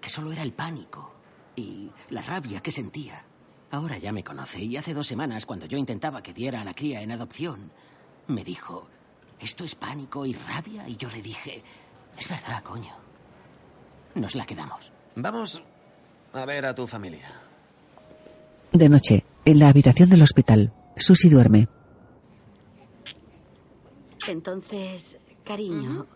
que solo era el pánico y la rabia que sentía. Ahora ya me conoce y hace dos semanas, cuando yo intentaba que diera a la cría en adopción, me dijo, ¿esto es pánico y rabia? Y yo le dije, es verdad, coño. Nos la quedamos.
Vamos a ver a tu familia.
De noche, en la habitación del hospital, Susi duerme.
Entonces, cariño,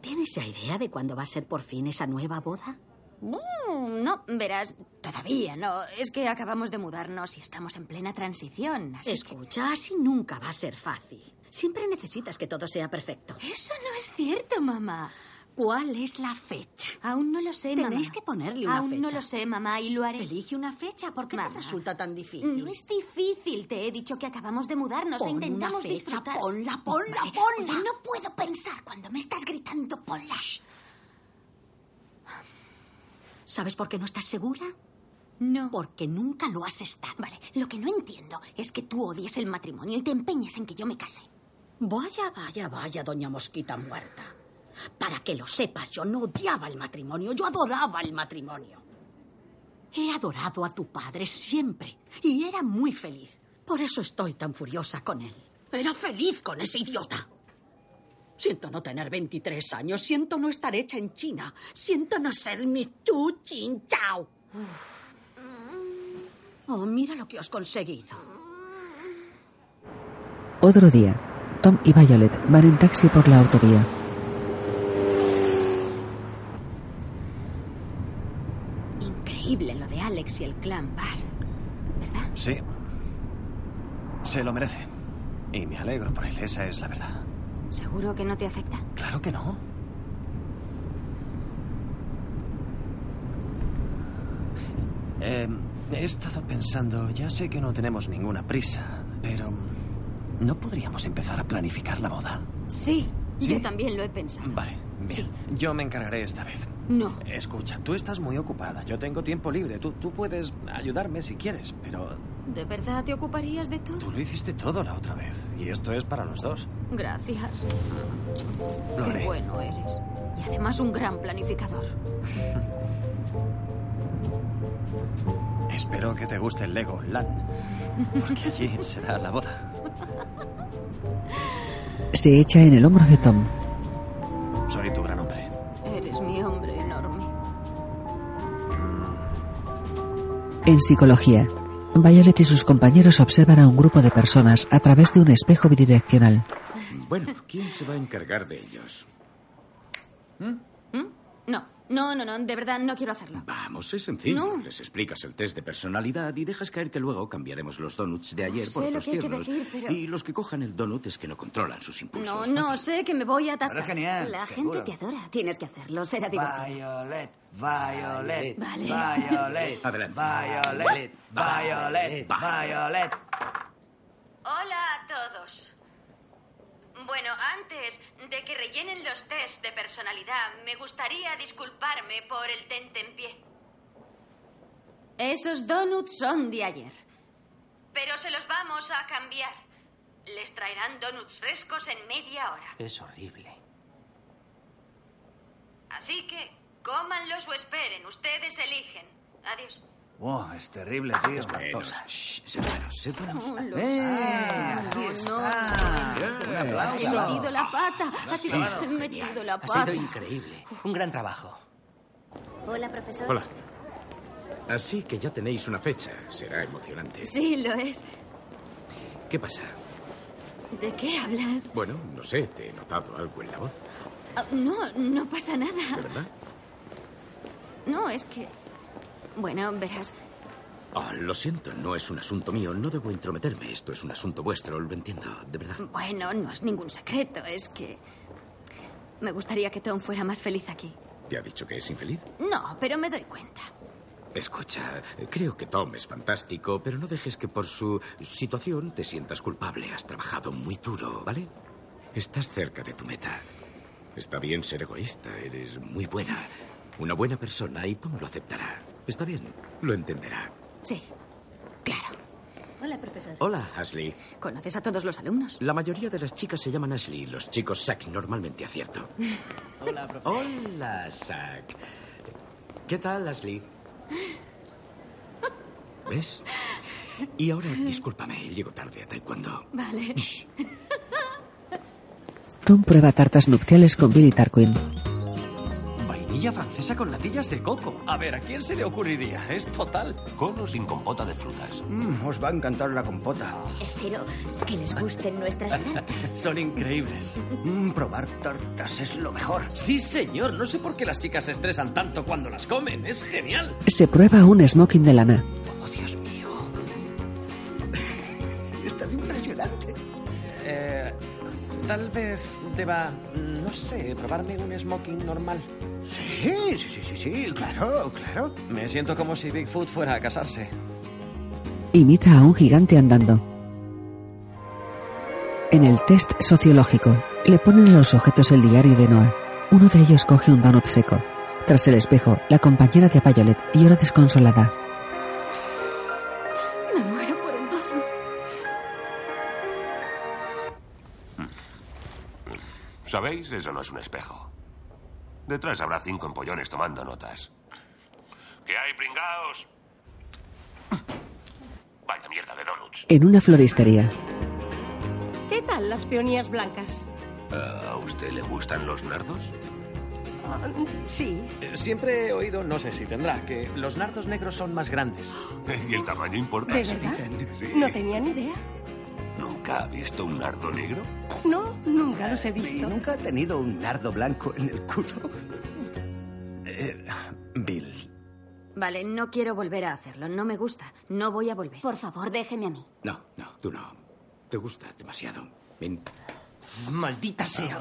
¿tienes ya idea de cuándo va a ser por fin esa nueva boda?
Mm, no, verás, todavía no. Es que acabamos de mudarnos y estamos en plena transición. Así
Escucha, así nunca va a ser fácil. Siempre necesitas que todo sea perfecto.
Eso no es cierto, mamá.
¿Cuál es la fecha?
Aún no lo sé, mamá.
Tenéis que ponerle una
Aún
fecha.
no lo sé, mamá, y lo haré.
Elige una fecha. ¿Por qué te
Mamá.
resulta tan difícil?
No es difícil, te he dicho que acabamos de mudarnos
Pon
e
una
intentamos
fecha,
disfrutar.
ponla, ponla,
Vale.
ponla.
Oye, no puedo pensar cuando me estás gritando, ponla.
¿Sabes por qué no estás segura?
No.
Porque nunca lo has estado.
Vale, lo que no entiendo es que tú odies el matrimonio y te empeñes en que yo me case.
Vaya, vaya, vaya, doña Mosquita muerta. Para que lo sepas, yo no odiaba el matrimonio, yo adoraba el matrimonio. He adorado a tu padre siempre y era muy feliz. Por eso estoy tan furiosa con él. Era feliz con ese idiota. Siento no tener 23 años, siento no estar hecha en China, siento no ser mi chu chin chao. Oh, mira lo que os conseguido.
Otro día, Tom y Violet van en taxi por la autovía.
Increíble lo de Alex y el clan Bar.
Sí. Se lo merece. Y me alegro por él, esa es la verdad.
¿Seguro que no te afecta?
Claro que no. Eh, he estado pensando, ya sé que no tenemos ninguna prisa, pero ¿no podríamos empezar a planificar la boda?
Sí,
¿Sí?
yo también lo he pensado.
Vale, bien. Yo me encargaré esta vez.
No.
Escucha, tú estás muy ocupada, yo tengo tiempo libre, tú, tú puedes ayudarme si quieres, pero
¿De verdad te ocuparías de todo?
tú lo hiciste todo la otra vez, y esto es para los dos.
Gracias.
Lo
Qué
haré.
bueno eres. Y además un gran planificador.
Espero que te guste el Lego Land, porque allí será la boda.
Se echa en el hombro de Tom.
Soy tu gran hombre.
Eres mi hombre enorme.
En psicología, Violet y sus compañeros observan a un grupo de personas a través de un espejo bidireccional.
Bueno, ¿quién se va a encargar de ellos?
No, no, no, no, de verdad no quiero hacerlo.
Vamos, es sencillo.
No.
Les explicas el test de personalidad y dejas caer que luego cambiaremos los donuts de ayer
sé
por
lo
otros
que hay que
tiernos.
decir, pero-
Y los que cojan el donut es que no controlan sus impulsos.
No, no, sé que me voy a atascar.
Ahora genial,
La
seguro.
gente te adora.
Tienes que hacerlo, será divertido.
Violet, Violet,
Vale.
Violet,
Adelante.
Violet, Violet, Violet.
Hola a todos. Bueno, antes de que rellenen los test de personalidad, me gustaría disculparme por el tentempié. Esos donuts son de ayer. Pero se los vamos a cambiar. Les traerán donuts frescos en media hora.
Es horrible.
Así que cómanlos o esperen. Ustedes eligen. Adiós.
Wow, es terrible, tío.
Shh, sentaros, sentaros.
¡Eh! Aquí está. Un
He metido
aplauso.
la pata.
no
Ha
sé.
sido-
Bueno,
he metido la
Ha sido
pata.
increíble. Un gran trabajo.
Hola, profesor.
Hola. Así que ya tenéis una fecha. Será emocionante.
Sí, lo es.
¿Qué pasa?
¿De qué hablas?
Bueno, no sé, te he notado algo en la voz,
Ah, No, no pasa
¿de
nada.
verdad?
No, es que... Bueno, verás,
Ah, lo siento, no es un asunto mío. No debo intrometerme. Esto es un asunto vuestro, lo entiendo, de verdad.
bueno, no es ningún secreto, es que... Me gustaría que Tom fuera más feliz aquí.
¿Te ha dicho que es infeliz?
No, pero me doy cuenta.
Escucha, creo que Tom es fantástico, pero no dejes que por su situación te sientas culpable. Has trabajado muy duro, ¿vale? Estás cerca de tu meta. Está bien ser egoísta, eres muy buena. Una buena persona y Tom lo aceptará. Está bien, lo entenderá.
Sí, claro. Hola, profesor.
Hola, Ashley.
¿Conoces a todos los alumnos?
La mayoría de las chicas se llaman Ashley, los chicos Zack normalmente acierto.
Hola, profe.
Hola, Zack. ¿Qué tal, Ashley? ¿Ves? Y ahora, discúlpame, llego tarde a Taekwondo.
Vale.
Tom prueba tartas nupciales con Billy Tarquin.
Vainilla francesa con latillas de coco. A ver, ¿a quién se le ocurriría? Es total. Mm,
Con o sin compota de frutas.
os va a encantar la compota.
Espero que les gusten nuestras tartas.
Son increíbles.
Mm, probar tartas es lo mejor.
Sí, señor. No sé por qué las chicas se estresan tanto cuando las comen. Es genial.
Se prueba un smoking de lana.
Estás impresionante.
Eh, tal vez deba, no sé, probarme un smoking normal.
Sí, sí, sí, sí, sí, claro, claro.
Me siento como si Bigfoot fuera a casarse.
Imita a un gigante andando. En el test sociológico, le ponen a los sujetos el diario de Noah. Uno de ellos coge un donut seco. Tras el espejo, la compañera de Violet llora desconsolada.
Me muero por el dolor.
¿Sabéis? Eso no es un espejo. Detrás habrá cinco empollones tomando notas. ¿Qué hay, pringaos? Vaya mierda de donuts.
En una floristería,
¿Qué tal las peonías blancas?
¿A usted le gustan los nardos?
sí.
Eh, Siempre he oído, no sé si tendrá, que los nardos negros son más grandes.
Y el tamaño importa.
¿De
se
verdad?
dicen. Sí.
No tenía ni idea.
¿Nunca ha visto un nardo negro?
No, nunca los he
¿Y
visto.
nunca ha tenido un nardo blanco en el culo?
Eh,
Bill.
Vale, no quiero volver a hacerlo. No me gusta. No voy a volver. Por favor, déjeme a mí.
No, no, tú no. Te gusta demasiado. Ven.
Maldita sea.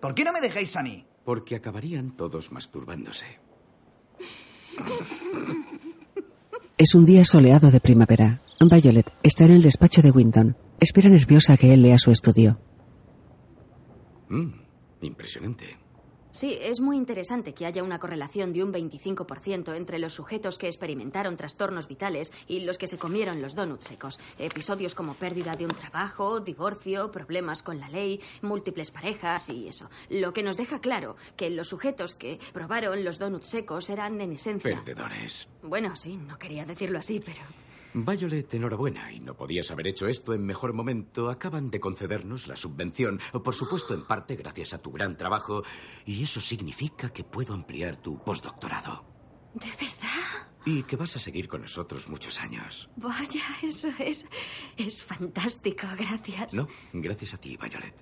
¿Por qué no me dejáis a mí?
Porque acabarían todos masturbándose.
Es un día soleado de primavera. Violet está en el despacho de Winton. Espera nerviosa que él lea su estudio.
Mm, impresionante.
Sí, es muy interesante que haya una correlación de un 25% entre los sujetos que experimentaron trastornos vitales y los que se comieron los donuts secos. Episodios como pérdida de un trabajo, divorcio, problemas con la ley, múltiples parejas y eso. Lo que nos deja claro que los sujetos que probaron los donuts secos eran en esencia.
Perdedores.
Bueno, sí, no quería decirlo así, pero.
Violet, enhorabuena. Y no podías haber hecho esto en mejor momento. Acaban de concedernos la subvención. Por supuesto, en parte gracias a tu gran trabajo. Y eso significa que puedo ampliar tu postdoctorado.
¿De verdad?
Y que vas a seguir con nosotros muchos años.
Vaya, eso es. Es fantástico, gracias.
No, gracias a ti, Violet.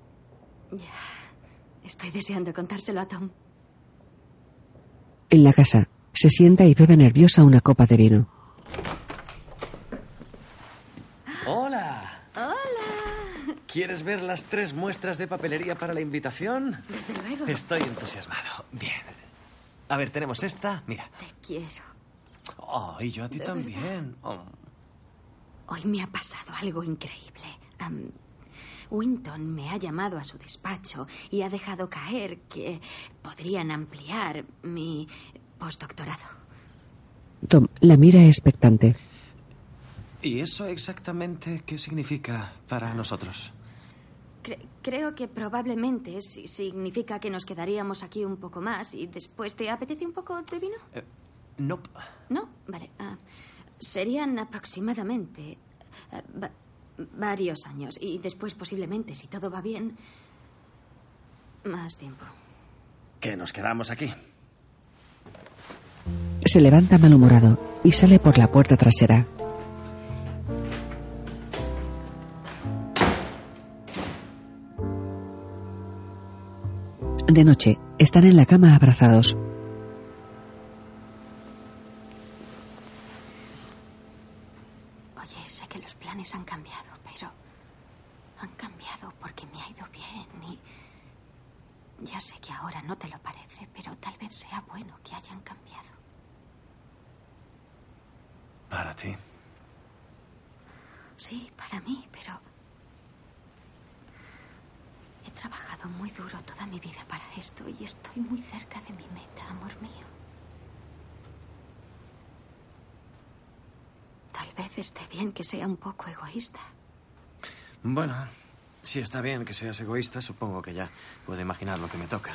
Ya. Estoy deseando contárselo a Tom.
En la casa, se sienta y bebe nerviosa una copa de vino.
Hola. Hola. ¿Quieres ver las tres muestras de papelería para la invitación?
Desde luego.
Estoy entusiasmado. Bien. A ver, tenemos esta. Mira.
Te quiero.
Oh, y yo a ti
De
también. Oh.
Hoy me ha pasado algo increíble. Am, Winton me ha llamado a su despacho y ha dejado caer que podrían ampliar mi postdoctorado.
Tom la mira expectante.
¿Y eso exactamente qué significa para nosotros?
Cre- creo que probablemente si- significa que nos quedaríamos aquí un poco más y después te apetece un poco de vino.
No.
No, vale. ah, serían aproximadamente ah, va- varios años y después posiblemente, si todo va bien, más tiempo.
Que nos quedamos aquí.
Se levanta malhumorado y sale por la puerta trasera. De noche, están en la cama abrazados.
Oye, sé que los planes han cambiado, pero han cambiado porque me ha ido bien y Ya sé que ahora no te lo parece, pero tal vez sea bueno que hayan cambiado.
Para ti.
Sí, para mí, pero... He trabajado muy duro toda mi vida para esto y estoy muy cerca de mi meta, amor mío. Tal vez esté bien que sea un poco egoísta.
Bueno, si está bien que seas egoísta, supongo que ya puedo imaginar lo que me toca.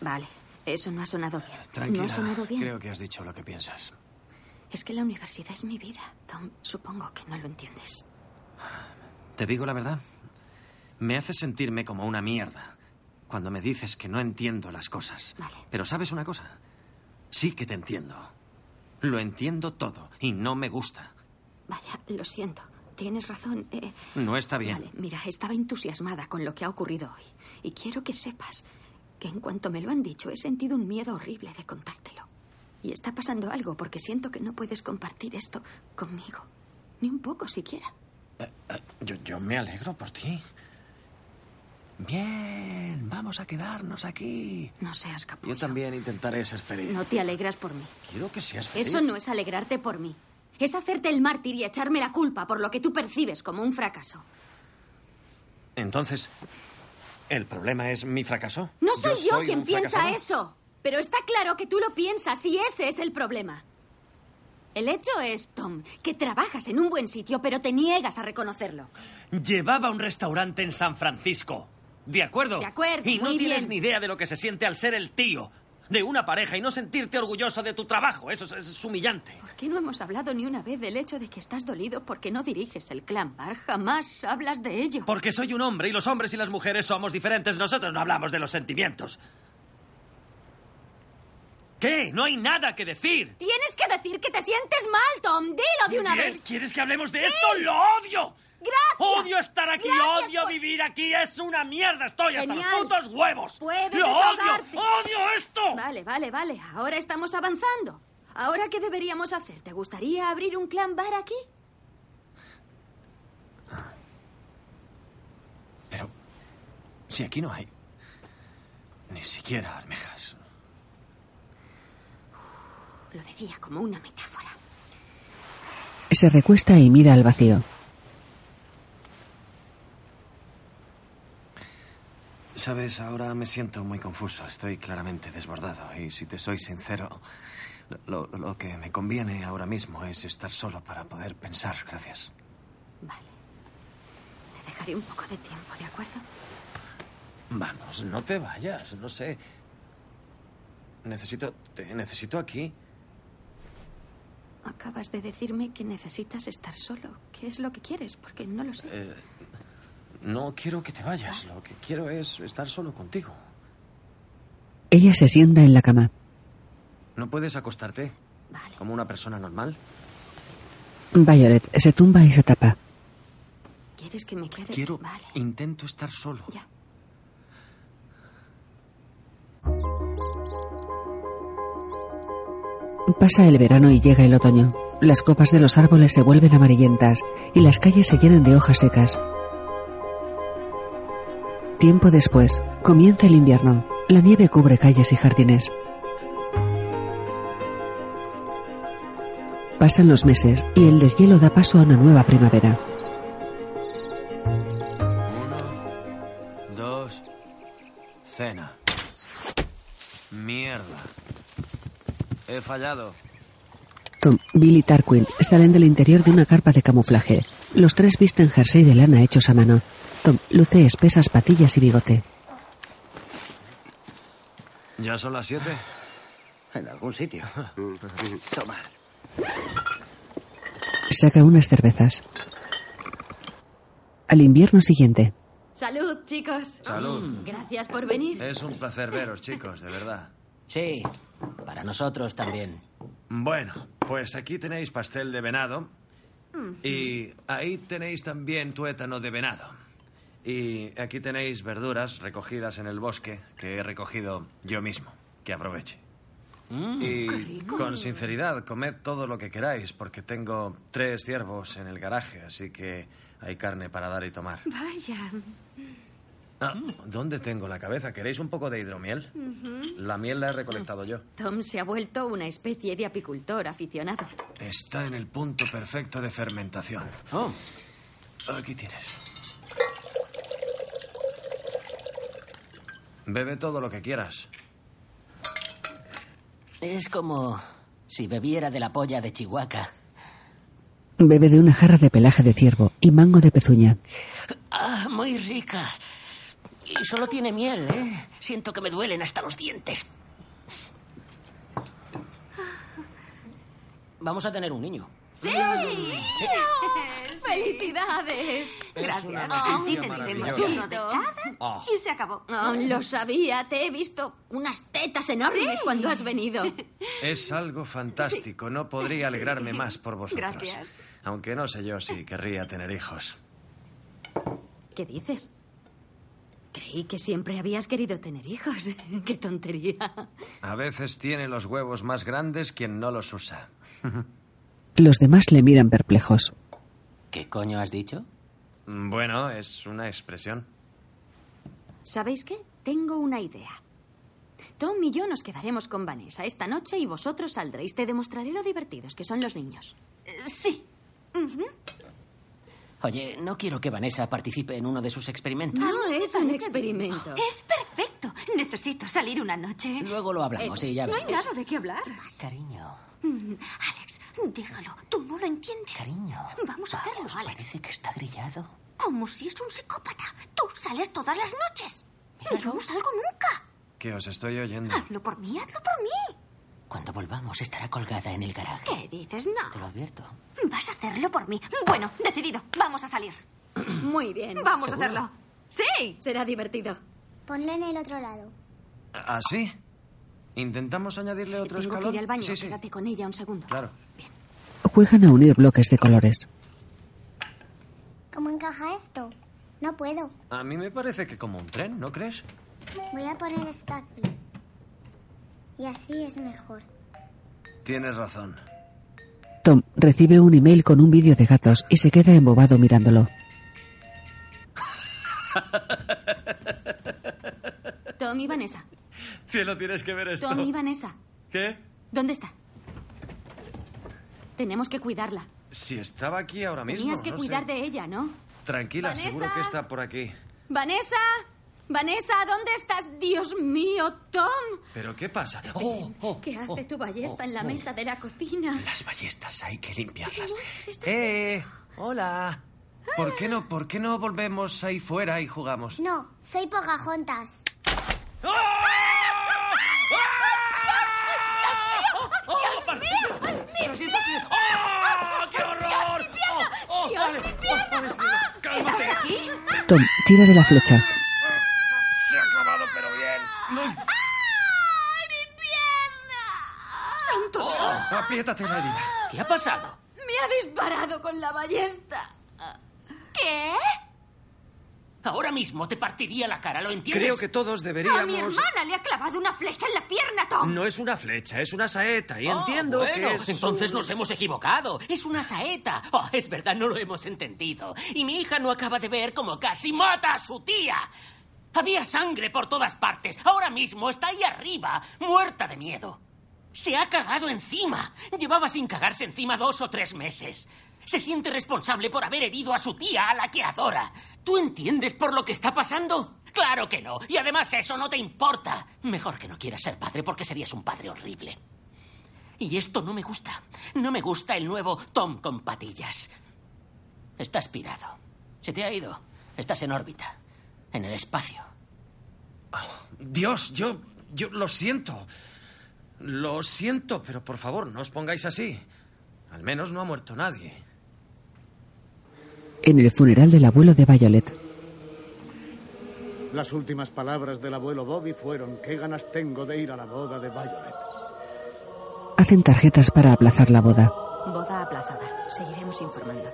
Vale, eso no ha sonado bien.
Tranquila,
No ha sonado bien.
creo que has dicho lo que piensas.
Es que la universidad es mi vida, Tom. Supongo que no lo entiendes.
Te digo la verdad, me haces sentirme como una mierda cuando me dices que no entiendo las cosas. Pero sabes una cosa, sí que te entiendo. Lo entiendo todo y no me gusta.
Vaya, lo siento. Tienes razón. eh,
No está bien.
Vale, mira, estaba entusiasmada con lo que ha ocurrido hoy. Y quiero que sepas que en cuanto me lo han dicho he sentido un miedo horrible de contártelo. Y está pasando algo porque siento que no puedes compartir esto conmigo. Ni un poco siquiera.
Yo, yo me alegro por ti. Bien, vamos a quedarnos aquí.
No seas capaz.
Yo también intentaré ser feliz.
No te alegras por mí.
Quiero que seas feliz.
Eso no es alegrarte por mí. Es hacerte el mártir y echarme la culpa por lo que tú percibes como un fracaso.
Entonces, ¿el problema es mi fracaso?
No soy yo,
soy
quien
un
piensa
fracasado?
eso, pero está claro que tú lo piensas y ese es el problema. El hecho es, Tom, que trabajas en un buen sitio, pero te niegas a reconocerlo.
Llevaba un restaurante en San Francisco. ¿De acuerdo?
De acuerdo,
Y no
muy
tienes
bien.
ni idea de lo que se siente al ser el tío de una pareja y no sentirte orgulloso de tu trabajo. Eso es, es humillante.
¿Por qué no hemos hablado ni una vez del hecho de que estás dolido porque no diriges el clan bar? Jamás hablas de ello.
Porque soy un hombre y los hombres y las mujeres somos diferentes. Nosotros no hablamos de los sentimientos. ¿Qué? No hay nada que decir.
Tienes que decir que te sientes mal, Tom. Dilo de una
Bien,
vez.
¿Quieres que hablemos de
Sí.
esto? ¡Lo odio!
Gracias.
Odio estar aquí,
Gracias
odio
por-
vivir aquí. Es una mierda. Estoy hasta
Genial.
los putos huevos.
Puedes
¡Lo
desahogarte.
odio! ¡Odio esto!
Vale, vale, vale. Ahora estamos avanzando. ¿Ahora qué deberíamos hacer? ¿Te gustaría abrir un clan bar aquí?
Si aquí no hay ni siquiera almejas.
Lo decía como una metáfora.
Se recuesta y mira al vacío.
Sabes, ahora me siento muy confuso. Estoy claramente desbordado. Y si te soy sincero, lo, lo- lo que me conviene ahora mismo es estar solo para poder pensar. Gracias.
Te dejaré un poco de tiempo, ¿de acuerdo?
Vamos, no te vayas. No sé. Necesito. Te necesito aquí.
Acabas de decirme que necesitas estar solo. ¿Qué es lo que quieres? Porque no lo sé.
Eh, no quiero que te vayas. Lo que quiero es estar solo contigo.
Ella se sienta en la cama.
¿No puedes acostarte? Como una persona normal.
Violet se tumba y se tapa.
¿Quieres que me quede?
Quiero. Intento estar solo.
Ya.
Pasa el verano y llega el otoño. Las copas de los árboles se vuelven amarillentas y las calles se llenan de hojas secas. Tiempo después, comienza el invierno. La nieve cubre calles y jardines. Pasan los meses y el deshielo da paso a una nueva primavera.
Dos. Cena. Mierda. He fallado.
Tom, Bill y Tarquin salen del interior de una carpa de camuflaje. Los tres visten jersey de lana hechos a mano. Tom luce espesas patillas y bigote.
¿Ya son las siete?
En algún sitio. Tomar.
Saca unas cervezas. Al invierno siguiente,
Salud, chicos.
Salud.
Mm, Gracias por venir.
Es un placer veros, chicos, de verdad.
Sí, para nosotros también.
Bueno, pues aquí tenéis pastel de venado.
Mm.
Y ahí tenéis también tuétano de venado. Y aquí tenéis verduras recogidas en el bosque que he recogido yo mismo. Que aproveche.
Mm,
Mm. Y con sinceridad, comed todo lo que queráis, porque tengo tres ciervos en el garaje, así que hay carne para dar y tomar.
Vaya.
Ah, ¿Dónde tengo la cabeza? ¿Queréis un poco de hidromiel? La miel la he recolectado yo.
Tom se ha vuelto una especie de apicultor aficionado.
Está en el punto perfecto de fermentación. Aquí tienes. Bebe todo lo que quieras.
Es como si bebiera de la polla de Chihuahua.
Bebe de una jarra de pelaje de ciervo y mango de pezuña.
Ah, muy rica. Y solo tiene miel, ¿eh? Siento que me duelen hasta los dientes. Vamos a tener un niño.
¡Sí!
Sí.
¡Felicidades!
Es una
Gracias.
noticia
Así tendremos
maravillosa.
uno de cada
Ah.
y se acabó.
Oh, lo sabía, te he visto unas tetas enormes
Sí.
cuando has venido.
Es algo fantástico. No podría alegrarme más por vosotros.
Gracias.
Aunque no sé yo si querría tener hijos.
¿Qué dices? Creí que siempre habías querido tener hijos. Qué tontería.
A veces tiene los huevos más grandes quien no los usa.
Los demás le miran perplejos.
¿Qué coño has dicho? Bueno, es una expresión.
¿Sabéis qué? Tengo una idea. Tom y yo nos quedaremos con Vanessa esta noche y vosotros saldréis. Te demostraré lo divertidos que son los niños.
Sí.
Oye, no quiero que Vanessa participe en uno de sus experimentos.
No es un experimento.
Oh, Es perfecto. Necesito salir una noche. Eh,
Luego lo hablamos, sí, ya
No hay
veremos.
nada de qué hablar. Mm,
Cariño.
Alex, déjalo. Tú no lo entiendes.
Cariño.
Vamos a hacerlo, Alex.
Parece que está grillado.
Como si es un psicópata. Tú sales todas las noches. Yo no salgo nunca.
Que os estoy oyendo.
Hazlo por mí, hazlo por mí.
Ah. Cuando volvamos estará colgada en el garaje.
¿Qué dices? No.
Te lo advierto.
Vas a hacerlo por mí. Bueno, decidido. Vamos a salir.
Muy bien.
Vamos a hacerlo. Sí.
Será divertido.
Ponlo en el otro lado.
¿Así? ¿Ah, ¿Intentamos añadirle otro
Tengo que
escalón?
ir al baño.
Sí, sí,
Quédate con ella un segundo.
claro.
Juegan a unir bloques de colores.
¿Cómo encaja esto? No puedo.
A mí me parece que como un tren, ¿no crees?
Voy a poner esto aquí. Y así es mejor.
Tienes razón.
Tom recibe un email con un vídeo de gatos y se queda embobado mirándolo.
Tom y Vanessa.
Cielo, tienes que ver esto.
Tom y Vanessa.
¿Qué?
¿Dónde está? Tenemos que cuidarla.
Si estaba aquí ahora mismo.
Tenías que
no sé.
cuidar de ella, ¿no?
Tranquila,
Vanessa.
seguro que está por aquí.
Vanessa. Vanessa, ¿dónde estás? Dios mío, Tom.
¿Pero qué pasa?
¿Qué hace
oh,
tu ballesta en la
oh.
mesa de la cocina?
Las ballestas hay que limpiarlas.
se está-
¡Eh! ¡Hola! ¿Por qué no, por qué no volvemos ahí fuera y jugamos?
No, soy Pocahontas.
¡Ah! ¡Ah!
¡Lo siento, tío! ¡Oh, qué horror!
¡Ah!
¡Oh, oh, vale, oh, vale,
Ah,
mira, ¡Cálmate!
Tom tira de la flecha.
Se ha acabado, pero bien.
¡Santo Dios!
¡Oh! Apriétate la herida.
¿Qué ha pasado?
¡Me ha disparado con la ballesta!
¿Eh?
¿Qué?
Ahora mismo te partiría la cara, ¿lo entiendes?
Creo que todos
A mi
deberíamos.
hermana le ha clavado una flecha en la pierna, Tom.
No es una flecha, es una saeta. Y
Oh,
entiendo
bueno,
que es.
entonces nos hemos equivocado. Es una saeta. Oh, es verdad, no lo hemos entendido. Y mi hija no acaba de ver cómo casi mata a su tía. Había sangre por todas partes. Ahora mismo está ahí arriba, muerta de miedo. Se ha cagado encima. Llevaba sin cagarse encima dos o tres meses. Se siente responsable por haber herido a su tía, a la que adora. ¿Tú entiendes por lo que está pasando? Claro que no. Y además eso no te importa. Mejor que no quieras ser padre porque serías un padre horrible. Y esto no me gusta. No me gusta el nuevo Tom con patillas. Está aspirado. Se te ha ido. Estás en órbita. En el espacio.
Dios, yo. Yo lo siento. Lo siento, pero por favor, no os pongáis así. Al menos no ha muerto nadie.
En el funeral del abuelo de Violet,
Las últimas palabras del abuelo Bobby fueron, ¿qué ganas tengo de ir a la boda de Violet?
hacen tarjetas para aplazar la boda.
Boda aplazada. Seguiremos informando.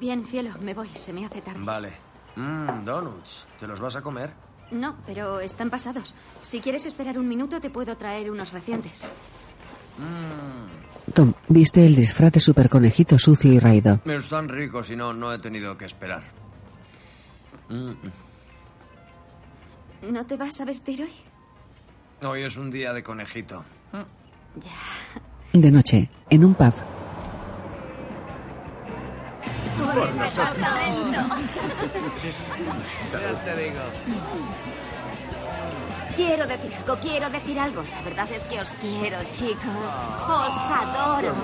Bien, cielo, me voy. Se me hace tarde.
Vale. Mmm, donuts. ¿Te los vas a comer?
No, pero están pasados. Si quieres esperar un minuto, te puedo traer unos recientes.
Mmm.
Tom viste el disfraz de superconejito sucio y raído.
Están ricos y no, no he tenido que esperar. Mm.
¿No te vas a vestir hoy?
Hoy es un día de conejito.
De noche, en un pub,
Por nosotros.
Ya te digo.
Quiero decir algo, quiero decir algo. La verdad es que os quiero, chicos. Os adoro.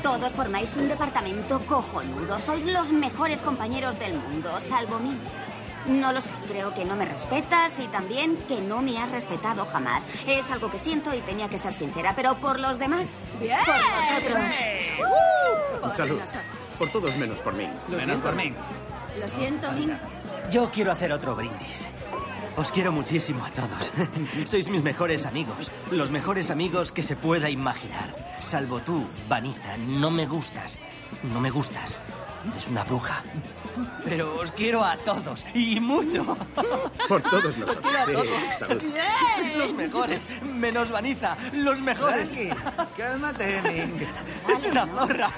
Todos formáis un departamento cojonudo. Sois los mejores compañeros del mundo, salvo mí. No lo sé, creo que no me respetas y también que no me has respetado jamás. Es algo que siento y tenía que ser sincera, pero por los demás.
Bien.
Por vosotros.
Por
Salud.
nosotros.
Por todos menos por mí.
Menos por mí.
Lo siento, Min.
Yo quiero hacer otro brindis. Os quiero muchísimo a todos. Sois mis mejores amigos. Los mejores amigos que se pueda imaginar. Salvo tú, Vaniza. No me gustas. No me gustas. Es una bruja. Pero os quiero a todos. Y mucho.
Por todos
Pues
nosotros.
Os quiero a
Sí,
todos.
salud.
Sois los mejores. Menos Vaniza. Los mejores.
cálmate, Ming.
Es una zorra.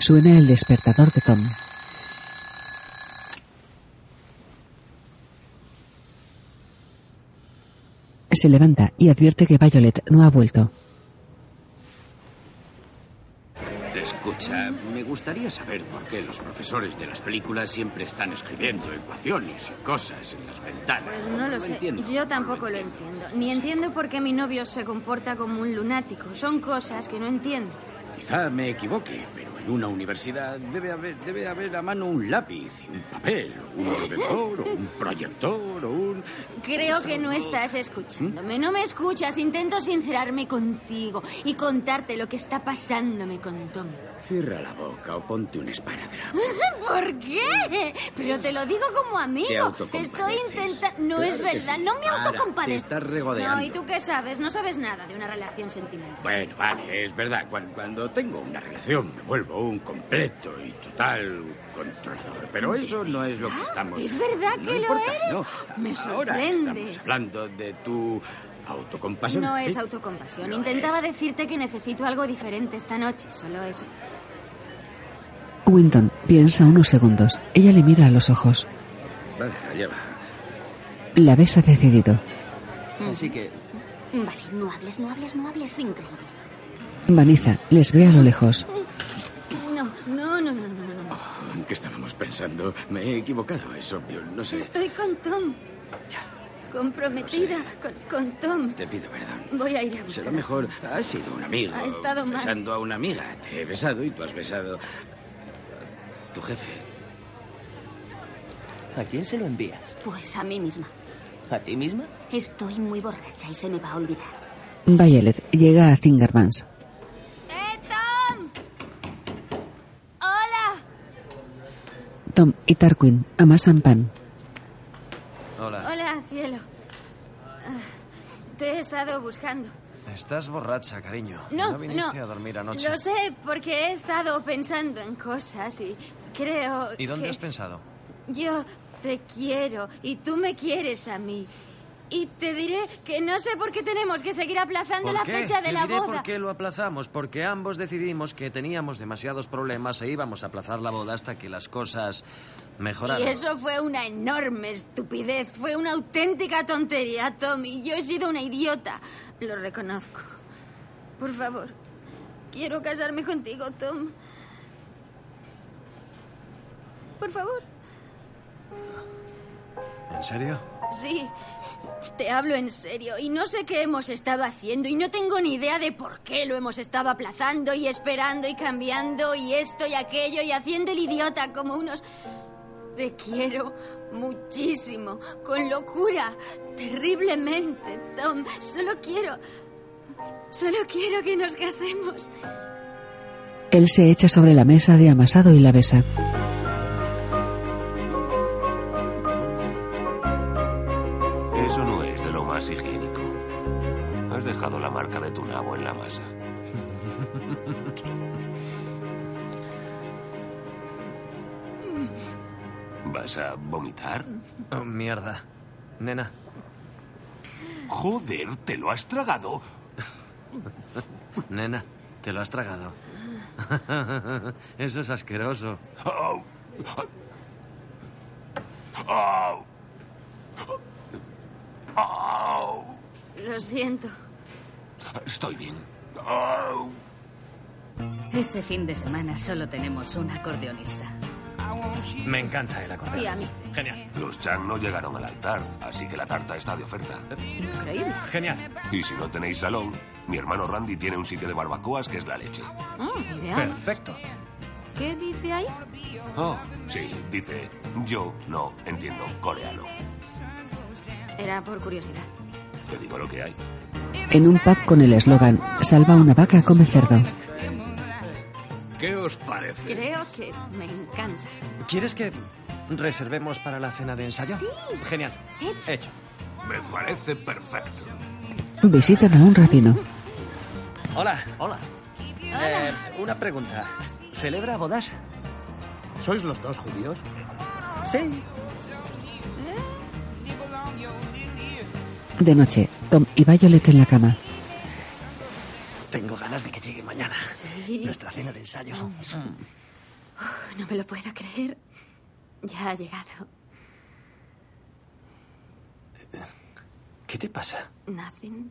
suena el despertador de Tom. Se levanta y advierte que Violet no ha vuelto.
Escucha, me gustaría saber por qué los profesores de las películas siempre están escribiendo ecuaciones y cosas en las ventanas.
Pues no lo sé.
entiendo.
Yo tampoco lo entiendo. Ni entiendo por qué mi novio se comporta como un lunático. Son cosas que no entiendo.
Quizá me equivoque, pero en una universidad debe haber, debe haber a mano un lápiz, y un papel, un ordenador, o un proyector o un...
Creo que no estás
¿Mm?
escuchándome. No me escuchas. Intento sincerarme contigo y contarte lo que está pasándome con Tom.
Cierra la boca o ponte un esparadrap.
¿Por qué? Pero te lo digo como
Te
amigo.
autocompadeces.
Estoy intentando. No
Claro
es
que
verdad.
sí.
No
Para,
me
Te
autocompadezco.
estás regodeando.
No, ¿y tú qué sabes? No sabes nada de una relación sentimental.
Bueno, vale, es verdad. Cuan- Cuando, tengo una relación me vuelvo un completo y total controlador. Pero eso no es lo que estamos...
Ah, ¿Es verdad
No
que lo
importa,
eres?
no.
Me
Ahora estamos
sorprendes.
hablando de tu autocompasión.
No es
¿sí?
autocompasión.
Lo
Intentaba decirte que necesito algo diferente esta noche, solo eso.
Winton piensa unos segundos. Ella le mira a los ojos.
Vale, allá va.
La besa decidido.
Así que...
Vale, no hables, no hables, no hables. Increíble.
Vaniza les ve a lo lejos.
No, no, no, no, no, no, no.
¿En qué estábamos pensando? Me he equivocado, es obvio. No sé.
Estoy con Tom. Comprometida con, con Tom.
Te pido perdón.
Voy a ir a
Será
buscar.
mejor. Has sido un amigo.
Ha estado mal.
besando a una amiga. Te he besado y tú has besado a tu jefe.
¿A quién se lo envías?
Pues a mí misma.
¿A ti misma?
Estoy muy borracha y se me va a olvidar.
Violet llega a Zingermans.
¡Hola!
Tom y Tarquin amasan pan.
Hola.
Hola, cielo. Ah, Te he estado buscando.
Estás borracha, cariño.
No,
viniste
no.
a dormir anoche.
Lo sé porque he estado pensando en cosas y creo
¿Y dónde
que
has pensado?
yo te quiero y tú me quieres a mí. Y te diré que no sé por qué tenemos que seguir aplazando
¿Por
la
qué?
fecha de
Te
la
diré
boda.
por qué lo aplazamos. Porque ambos decidimos que teníamos demasiados problemas e íbamos a aplazar la boda hasta que las cosas mejoraran.
Y eso fue una enorme estupidez, fue una auténtica tontería, Tommy. Yo he sido una idiota, lo reconozco. Por favor, quiero casarme contigo, Tom. Por favor,
¿En serio?
sí. Te hablo en serio y no sé qué hemos estado haciendo y no tengo ni idea de por qué lo hemos estado aplazando y esperando y cambiando y esto y aquello y haciendo el idiota como unos... Te quiero muchísimo, con locura, terriblemente, Tom. Solo quiero... Solo quiero que nos casemos.
Él se echa sobre la mesa de amasado y la besa.
Eso no es de lo más higiénico. Has dejado la marca de tu nabo en la masa. ¿Vas a vomitar?
Oh, mierda. Nena,
Joder, ¿te lo has tragado?
Nena, te lo has tragado. Eso es asqueroso.
Au. oh, Au. Au.
Lo siento.
Estoy bien. Au.
Ese fin de semana solo tenemos un acordeonista.
Me encanta el acordeón.
Y a mí.
Genial.
Los Chang no llegaron al altar, así que la tarta está de oferta.
Increíble.
Genial.
Y si no tenéis salón, mi hermano Randy tiene un sitio de barbacoas que es la leche.
Ah,
Mm, ideal.
Perfecto.
¿Qué dice ahí?
Oh, sí, dice, yo no entiendo coreano.
Era por curiosidad.
Te digo lo que hay.
En un pub con el eslogan Salva una vaca, come cerdo.
¿Qué os parece?
Creo que me encanta.
¿Quieres que reservemos para la cena de ensayo?
Sí.
Genial.
Hecho.
Me parece perfecto.
Visitan a un rabino.
Hola. Hola. una pregunta. ¿Celebra bodas?
¿Sois los dos judíos?
Sí.
De noche, Tom y Violet en la cama.
Tengo ganas de que llegue mañana. Nuestra cena de ensayo.
Mm, Uf, no me lo puedo creer. Ya ha llegado.
¿Qué te pasa?
Nothing.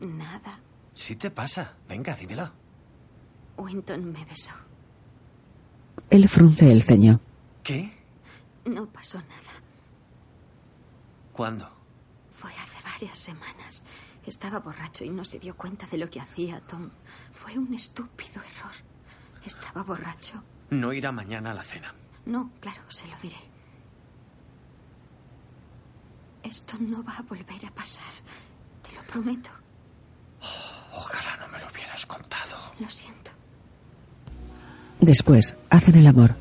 Nada.
Sí te pasa. Venga, dímelo.
Winton me besó.
Él frunce el ceño.
¿Qué?
No pasó nada.
¿Cuándo?
Fue hace varias semanas. Estaba borracho y no se dio cuenta de lo que hacía Tom. Fue un estúpido error. Estaba borracho.
No irá mañana a la cena.
No, claro, se lo diré. Esto no va a volver a pasar. Te lo prometo.
Ojalá no me lo hubieras contado.
Lo siento.
Después, hacen el amor.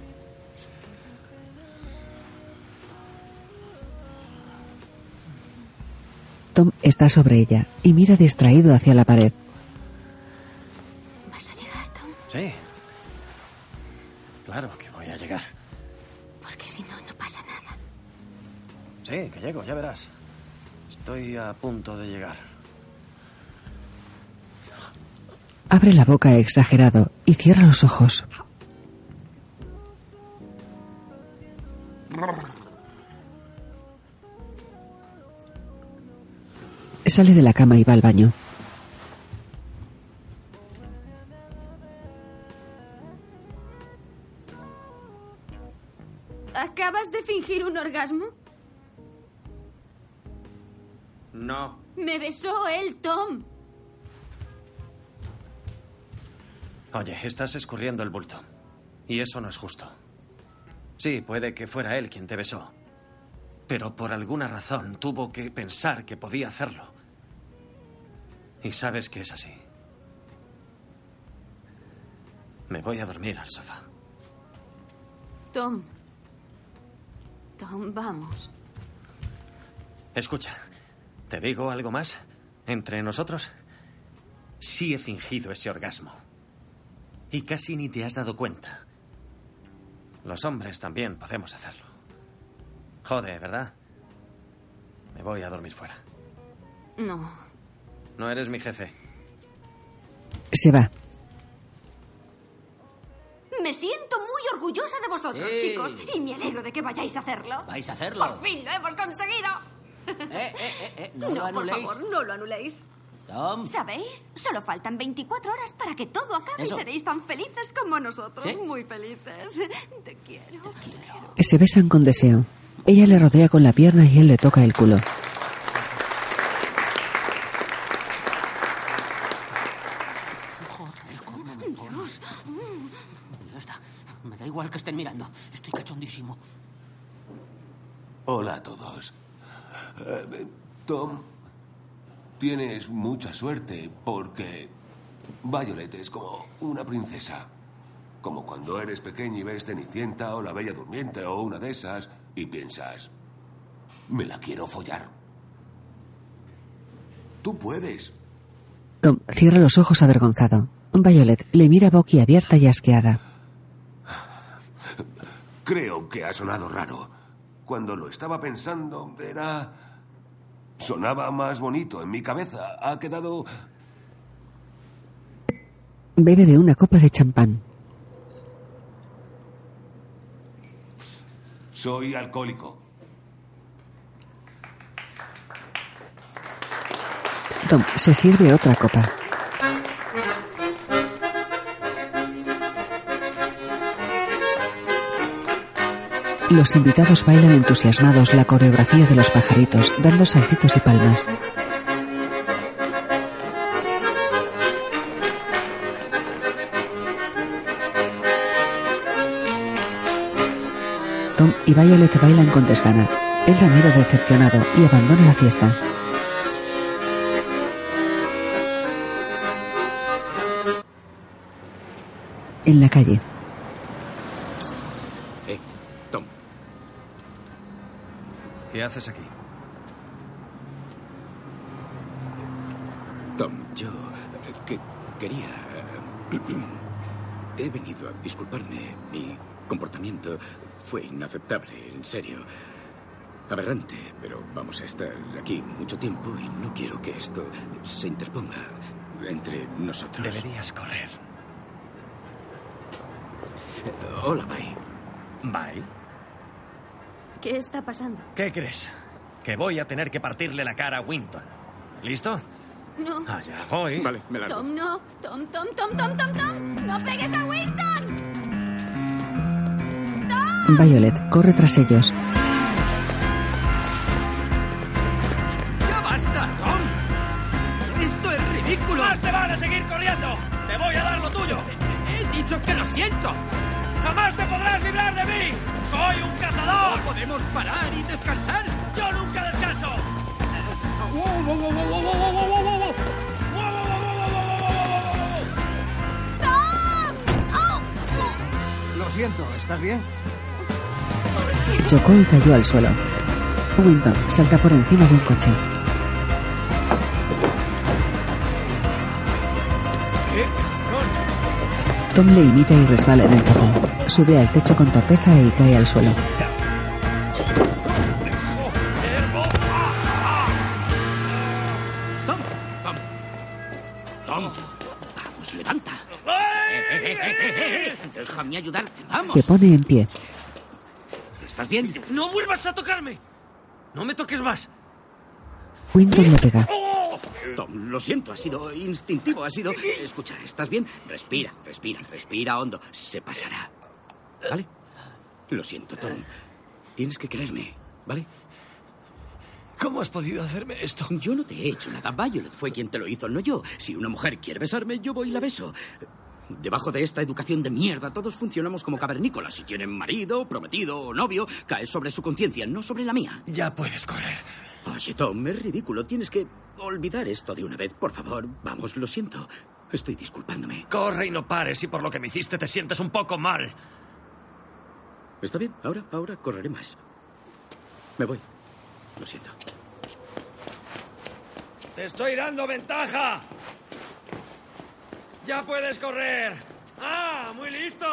Tom está sobre ella y mira distraído hacia la pared.
¿Vas a llegar, Tom?
Sí. Claro que voy a llegar.
Porque si no, no pasa nada.
Sí, que llego, ya verás. Estoy a punto de llegar.
Abre la boca exagerado y cierra los ojos. Sale de la cama y va al baño.
¿Acabas de fingir un orgasmo?
No.
Me besó él, Tom.
Oye, estás escurriendo el bulto. Y eso no es justo. Sí, puede que fuera él quien te besó. Pero por alguna razón tuvo que pensar que podía hacerlo. Y sabes que es así. Me voy a dormir al sofá.
Tom. Tom, vamos.
Escucha, ¿te digo algo más? Entre nosotros, sí he fingido ese orgasmo. Y casi ni te has dado cuenta. Los hombres también podemos hacerlo. Jode, ¿verdad? Me voy a dormir fuera.
No.
No eres mi jefe.
Se va.
Me siento muy orgullosa de vosotros,
Sí.
chicos, y me alegro de que vayáis a hacerlo.
¿Vais a hacerlo?
¡Por fin lo hemos conseguido!
Eh, eh, eh, eh, no
No,
lo
por
anuléis.
favor, no lo anuléis.
Tom.
¿Sabéis? Solo faltan 24 horas para que todo acabe
Eso.
y seréis tan felices como nosotros.
Sí.
Muy felices. Te quiero.
Se besan con deseo. Ella le rodea con la pierna y él le toca el culo.
Dios. Ya está. Me da igual que estén mirando. Estoy cachondísimo.
Hola a todos. Eh, Tom, tienes mucha suerte porque Violet es como una princesa. Como cuando eres pequeño y ves Cenicienta o la Bella Durmiente o una de esas y piensas, me la quiero follar. Tú puedes.
Tom cierra los ojos avergonzado. Violet le mira boquiabierta y asqueada.
Creo que ha sonado raro. Cuando lo estaba pensando era Sonaba más bonito en mi cabeza. Ha quedado...
Bebe de una copa de champán.
Soy alcohólico.
Tom se sirve otra copa. Los invitados bailan entusiasmados la coreografía de los pajaritos, dando saltitos y palmas. Tom y Violet bailan con desgana. Él la mira decepcionado y abandona la fiesta. En la calle,
Eh, Tom,
¿Qué haces aquí?
Tom, yo eh, que- quería... eh, He venido a disculparme. Mi comportamiento fue inaceptable, en serio. Aberrante, pero vamos a estar aquí mucho tiempo y no quiero que esto se interponga entre nosotros.
Deberías correr.
Eh, Hola, May.
Bye.
¿Qué está pasando?
¿Qué crees? Que voy a tener que partirle la cara a Winton. ¿Listo?
No.
Allá voy. Vale, me
Tom, no. Tom, Tom, Tom, Tom, Tom, Tom. ¡No pegues a Winston!
Violet corre tras ellos.
¡Ya basta, Tom! ¡Esto es ridículo! ¡Más te van a seguir corriendo! ¡Te voy a dar lo tuyo! ¡He dicho que lo siento! ¡Jamás te podrás librar de mí! ¡Soy un cazador! ¡No podemos parar y descansar! ¡Yo nunca descanso!
Lo siento, ¿estás bien?
Chocó y cayó al suelo. Winton salta por encima de un coche. Tom le imita y resbala en el capó. Sube al techo con torpeza y cae al suelo.
¡Tom! ¡Tom! ¡Tom! ¡Vamos, levanta! Eh, eh, eh, eh, eh, eh. Déjame ayudarte, vamos.
Te pone en pie.
¿Estás bien? ¡No vuelvas a tocarme!
¡No me toques más!
Winton le pega.
Tom, lo siento, ha sido instintivo, ha sido... Escucha, ¿estás bien? Respira, respira, respira hondo. Se pasará. ¿Vale? Lo siento, Tom. Tienes que creerme, ¿vale?
¿Cómo has podido hacerme esto?
Yo no te he hecho nada. Violet fue quien te lo hizo, no yo. Si una mujer quiere besarme, yo voy y la beso. Debajo de esta educación de mierda, todos funcionamos como cavernícolas. Si tienen marido, prometido o novio, cae sobre su conciencia, no sobre la mía.
Ya puedes correr.
Oye, Tom, es ridículo. Tienes que olvidar esto de una vez, por favor. Vamos, lo siento. Estoy disculpándome.
Corre y no pares, y por lo que me hiciste te sientes un poco mal.
Está bien, ahora, ahora correré más. Me voy. Lo siento.
¡Te estoy dando ventaja! ¡Ya puedes correr! ¡Ah, muy listo!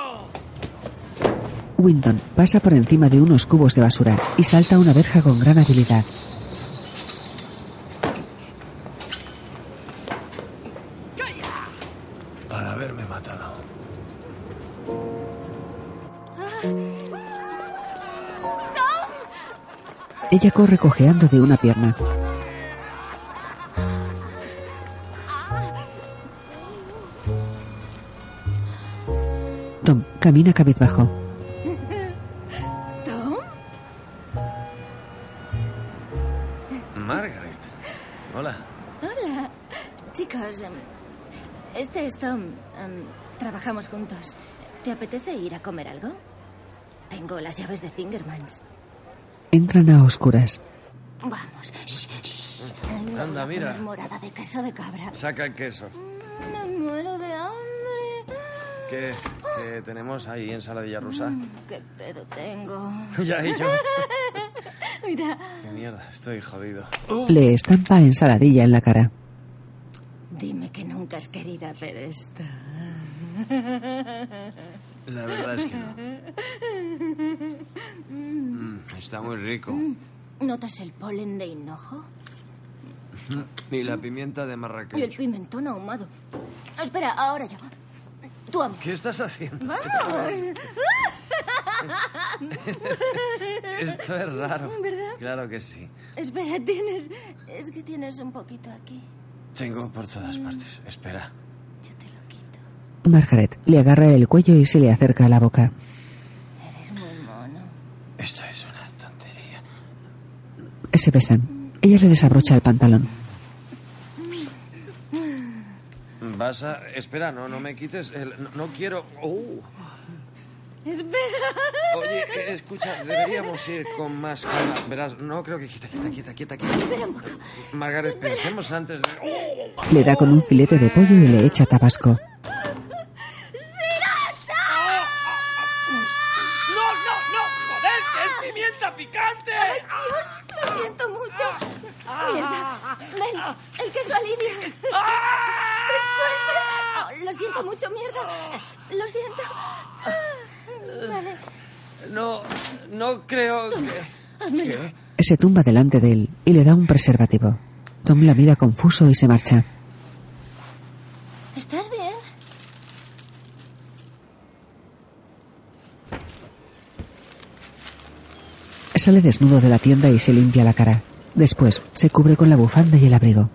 Winton pasa por encima de unos cubos de basura y salta una verja con gran habilidad.
Para haberme matado.
Ella corre cojeando de una pierna. Tom camina cabizbajo.
¿Tom?
Margaret. Hola.
Hola. Chicos, em, este es Tom. Em, trabajamos juntos. ¿Te apetece ir a comer algo? Tengo las llaves de Zingermans.
Entran a oscuras.
Vamos. Shh, shh. Ay, me
Anda,
voy a
mira.
comer Morada de queso de cabra.
Saca el queso.
Me muero de hambre.
¿Qué, qué tenemos ahí? ¿Ensaladilla rusa?
¿Qué pedo tengo?
Ya, y yo.
Mira.
¡Qué mierda! Estoy jodido.
Le estampa ensaladilla en la cara.
Dime que nunca has querido hacer esto.
La verdad es que no. Mm, está muy rico.
Mm.
¿Notas el polen de hinojo?
Y la pimienta de
Y el
Marrakech.
pimentón ahumado. Ah, Espera, ahora yo. Tú amo.
¿Qué estás haciendo?
¡Vamos!
Esto es raro.
¿Verdad?
Claro que sí.
Espera, tienes. Es que tienes un poquito aquí.
Tengo por todas partes. Espera.
Margaret le agarra el cuello y se le acerca a la boca.
Eres muy mono.
Esto es una tontería.
Se besan. Ella le desabrocha el pantalón.
Vas a... Espera, no, no me quites. el- No, no quiero... ¡Oh!
Espera.
Oye, eh, escucha, deberíamos ir con más calma. Verás, no creo que... Quita, quita, quita, quita, quita. Margaret, pensemos antes de... ¡Oh!
Le da con un filete de pollo y le echa tabasco.
¡No, no, no! ¡Joder, que es pimienta picante! Ah. ¡Ay,
Ah. Dios! ¡Lo siento mucho! ¡Mierda!
Ah.
¡Ven! ¡El queso alivia! ¡Descuente! Oh, lo siento mucho, mierda.
Ah.
Lo siento. Ah. Vale,
No, no creo que...
házmelo.
Se tumba delante de él y le da un preservativo. Tom la mira confuso y se marcha.
¿Estás bien?
Sale desnudo de la tienda y se limpia la cara. Después se cubre con la bufanda y el abrigo.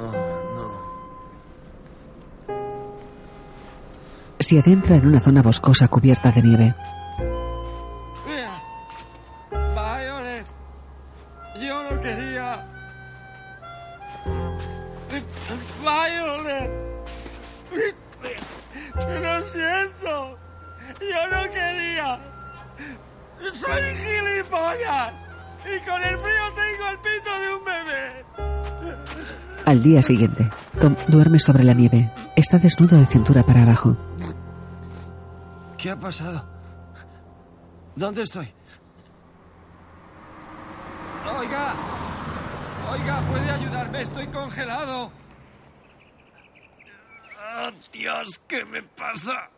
Ah,
Se adentra en una zona boscosa cubierta de nieve.
Violet, yo no quería. Violet, lo siento, yo no quería. Soy gilipollas y con el frío tengo el pito de un bebé.
Al día siguiente, Tom duerme sobre la nieve. Está desnudo de cintura para abajo.
¿Qué ha pasado? ¿Dónde estoy? Oiga, oiga, ¿puede ayudarme? Estoy congelado. ¡Ah, Dios, ¿qué me pasa?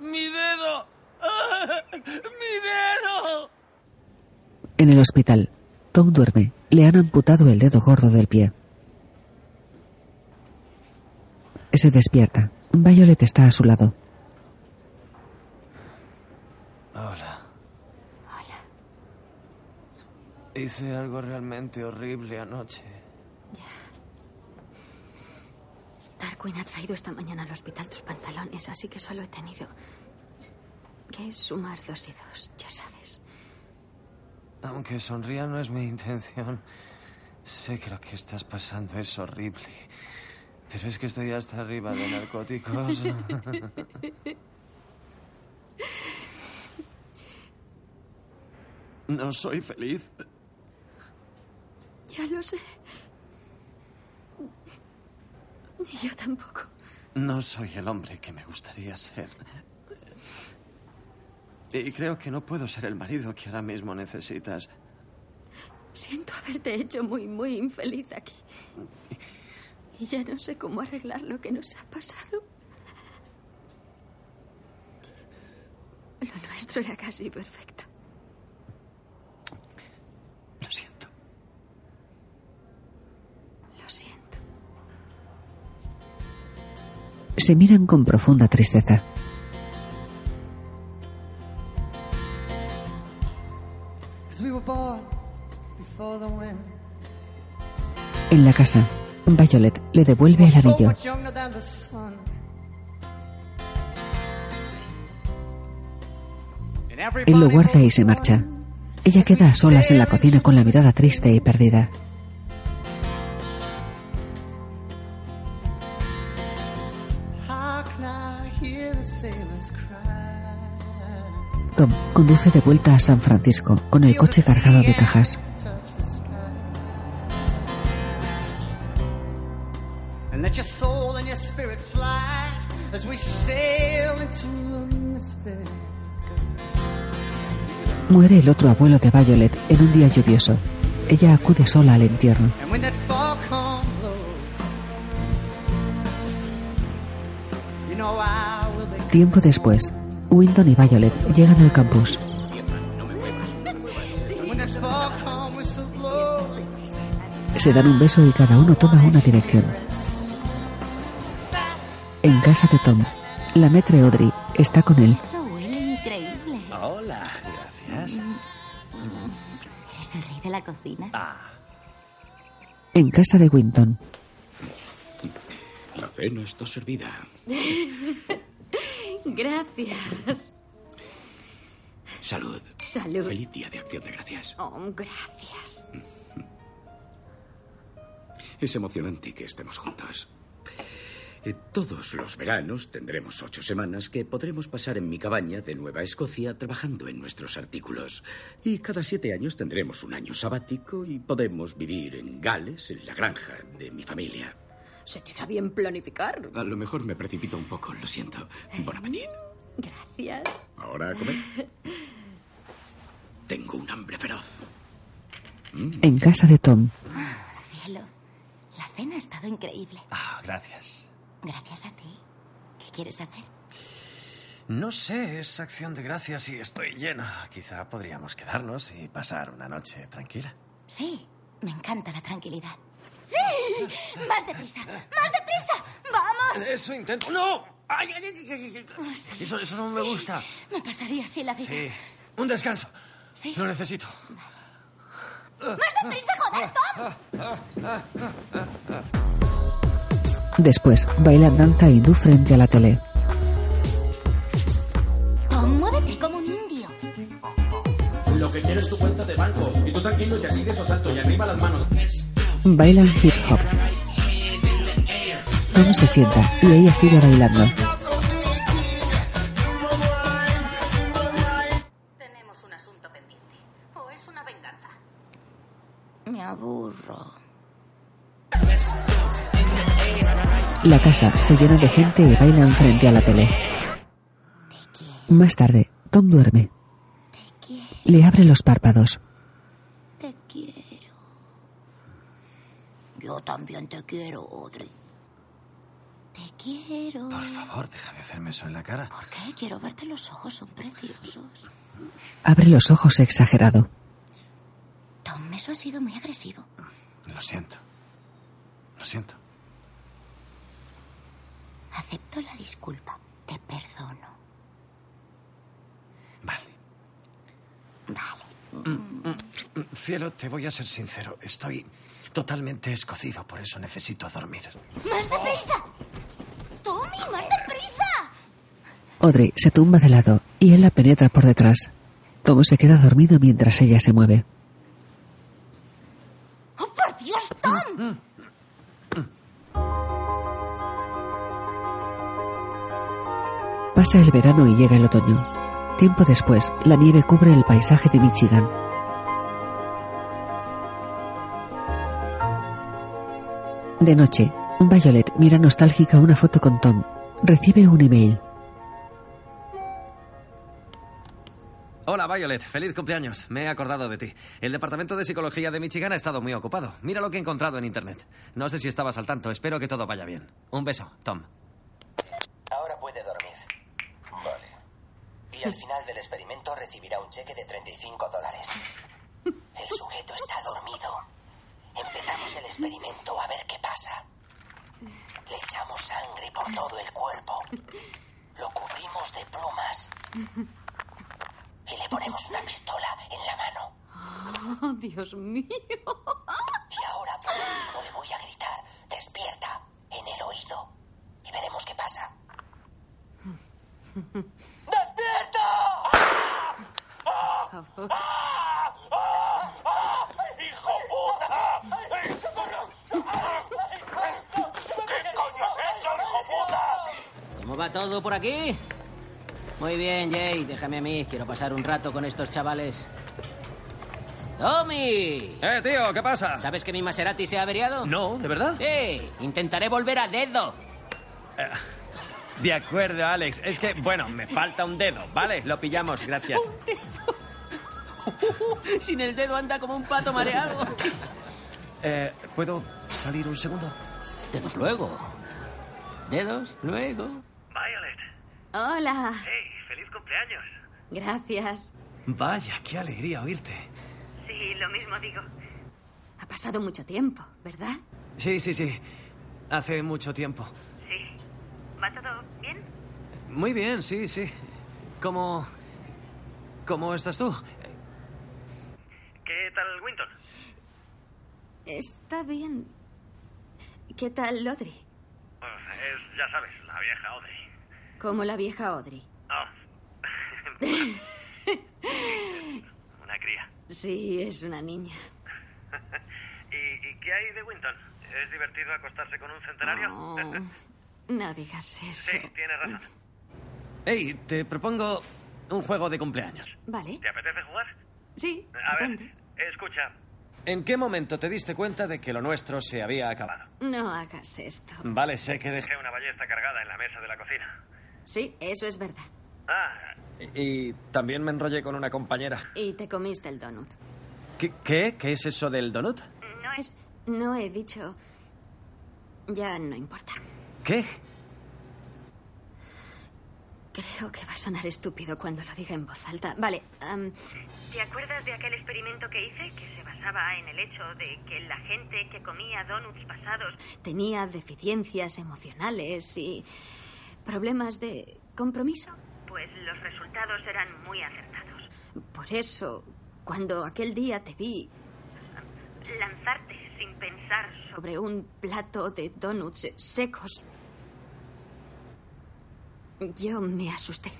¡Mi dedo! ¡Ah! ¡Mi dedo!
En el hospital, Tom duerme. Le han amputado el dedo gordo del pie. Se despierta. Violet está a su lado.
Hola. Hola. Hice algo realmente horrible anoche.
Tarquin ha traído esta mañana al hospital tus pantalones, así que solo he tenido que sumar dos y dos, ya sabes.
Aunque sonría no es mi intención. Sé que lo que estás pasando es horrible. Pero es que estoy hasta arriba de narcóticos. No soy feliz.
Ya lo sé. Ni yo tampoco.
No soy el hombre que me gustaría ser. Y creo que no puedo ser el marido que ahora mismo necesitas.
Siento haberte hecho muy, muy infeliz aquí. Y ya no sé cómo arreglar lo que nos ha pasado. Lo nuestro era casi perfecto.
Lo siento.
Lo siento.
Se miran con profunda tristeza.
Cause we were born before the wind.
En la casa, Violet le devuelve el
We're so
anillo.
much younger than the sun.
Él lo guarda y se marcha. Ella queda a solas en la cocina con la mirada triste y perdida.
How can I hear the sailors cry?
Tom conduce de vuelta a San Francisco con el coche cargado de cajas.
Touch the sky. And let your soul and your spirit fly as we sail into the mystic.
Muere el otro abuelo de Violet en un día lluvioso. Ella acude sola al entierro.
And when that fog comes low, you know I will be
Tiempo después, Winton y Violet llegan al campus. Se dan un beso y cada uno toma una dirección. En casa de Tom, la metre Audrey está con él.
Eso huele increíble. Mm,
Hola, gracias.
Es el rey de la cocina.
Ah.
En casa de Winton,
La cena está servida.
Gracias.
Salud.
Salud.
Feliz día de acción de gracias.
Oh, gracias.
Es emocionante que estemos juntos. Eh, Todos los veranos tendremos ocho semanas que podremos pasar en mi cabaña de Nueva Escocia trabajando en nuestros artículos. Y cada siete años tendremos un año sabático y podemos vivir en Gales, en la granja de mi familia.
Se te da bien planificar.
A lo mejor me precipito un poco, lo siento. Bon appetit.
Gracias.
Ahora a comer. Tengo un hambre feroz.
en casa de Tom,
Ah,
Cielo, la cena ha estado increíble.
Gracias.
Gracias a ti. ¿Qué quieres hacer?
No sé, es acción de gracias y estoy llena. Quizá podríamos quedarnos y pasar una noche tranquila.
Sí, me encanta la tranquilidad. ¡Sí! ¡Más deprisa! ¡Más deprisa! ¡Vamos!
Eso intento. ¡No! ¡Ay, ay, ay, ay, ay! Eso, eso no me
Sí.
gusta.
Me pasaría así la vida.
Sí. Un descanso.
Sí.
Lo necesito.
¡Más deprisa, joder,
Ah,
Tom!
después bailan danza hindú frente a la tele.
Tom, muévete como un indio.
Lo que quiero es tu cuenta de banco. Y tú tranquilo y así de esos saltos y arriba las manos.
Bailan hip hop. Tom se sienta y ella sigue bailando.
Me aburro.
La casa se llena de gente y bailan frente a la tele. Más tarde, Tom duerme. Le abre los párpados.
Te quiero. Yo también te quiero, Audrey. Te quiero. Por
Por favor, deja de hacerme eso en la cara. ¿Por
qué? Quiero verte los ojos, son preciosos.
Abre los ojos exagerado.
Tom, eso ha sido muy agresivo.
Lo siento. Lo siento.
Acepto la disculpa. Te perdono.
Cielo, te voy a ser sincero. Estoy totalmente escocido, por eso necesito dormir.
¡Más deprisa!
Oh.
¡Tommy, más deprisa!
Audrey se tumba de lado y él la penetra por detrás. Tom se queda dormido mientras ella se mueve.
¡Oh, por Dios,
Mm,
Tom!
Pasa el verano y llega el otoño. Tiempo después, la nieve cubre el paisaje de Michigan. De noche, Violet mira nostálgica una foto con Tom. Recibe un email.
Hola, Violet. Feliz cumpleaños. Me he acordado de ti. El departamento de psicología de Michigan ha estado muy ocupado. Mira lo que he encontrado en internet. No sé si estabas al tanto. Espero que todo vaya bien. Un beso, Tom.
Ahora puede dormir. Vale. Y al final del experimento recibirá un cheque de 35 dólares. El sujeto está dormido. Empezamos el experimento a ver qué pasa. Le echamos sangre por todo el cuerpo. Lo cubrimos de plumas. Y le ponemos una pistola en la mano.
Oh, Dios mío.
Y ahora por último le voy a gritar, despierta, en el oído. Y veremos qué pasa. ¡Despierta! ¡Ah! ¡Ah! ¡Ah! ¡Ah! ¡Hijo puta! ¡Ay, socorro!
¿Qué coño has hecho, hijo
¿Cómo va todo por aquí? Muy bien, Jay, déjame a mí. Quiero pasar un rato con estos chavales. ¡Tommy!
Eh, tío, ¿qué pasa?
¿Sabes que mi Maserati se ha averiado?
No, ¿de verdad?
Sí, intentaré volver a dedo.
De acuerdo, Alex. Es que, bueno, me falta un dedo, ¿vale? Lo pillamos, gracias.
Sin el dedo anda como un pato mareado.
Eh, ¿Puedo salir un segundo?
Dedos luego. Dedos luego.
Hola.
¡Feliz cumpleaños!
cumpleaños.
Gracias.
Vaya, qué alegría oírte.
Sí, lo mismo digo.
Ha pasado mucho tiempo, ¿verdad?
Sí, sí, sí. Hace mucho tiempo.
Sí. ¿Va todo bien?
Muy bien, sí, sí. ¿Cómo... ¿Cómo estás tú?
¿Qué tal, Winton?
Está bien. ¿Qué tal, Lodri?
Pues es, ya sabes, la vieja Audrey.
Como la vieja Audrey.
Oh. Una cría.
Sí, es una niña.
¿Y, y qué hay de Winton? ¿Es divertido acostarse con un centenario?
Oh, no digas eso.
Sí, tienes razón.
Hey, te propongo un juego de cumpleaños.
Vale.
¿Te apetece jugar?
Sí.
A ver, escucha.
¿En qué momento te diste cuenta de que lo nuestro se había acabado?
No hagas esto.
Vale, sé que dejé...
Dejé una ballesta cargada en la mesa de la cocina.
Sí, eso es verdad.
Ah,
Y también me enrollé con una compañera.
Y te comiste el donut.
¿Qué, qué, ¿Qué es eso del donut?
No es... No he dicho... Ya no importa.
¿Qué?
Creo que va a sonar estúpido cuando lo diga en voz alta. Vale. am,
¿Te acuerdas de aquel experimento que hice que se basaba en el hecho de que la gente que comía donuts pasados
tenía deficiencias emocionales y problemas de compromiso.
Pues los resultados eran muy acertados.
Por eso, cuando aquel día te vi
Lanzarte sin pensar sobre...
sobre un plato de donuts secos, yo me asusté.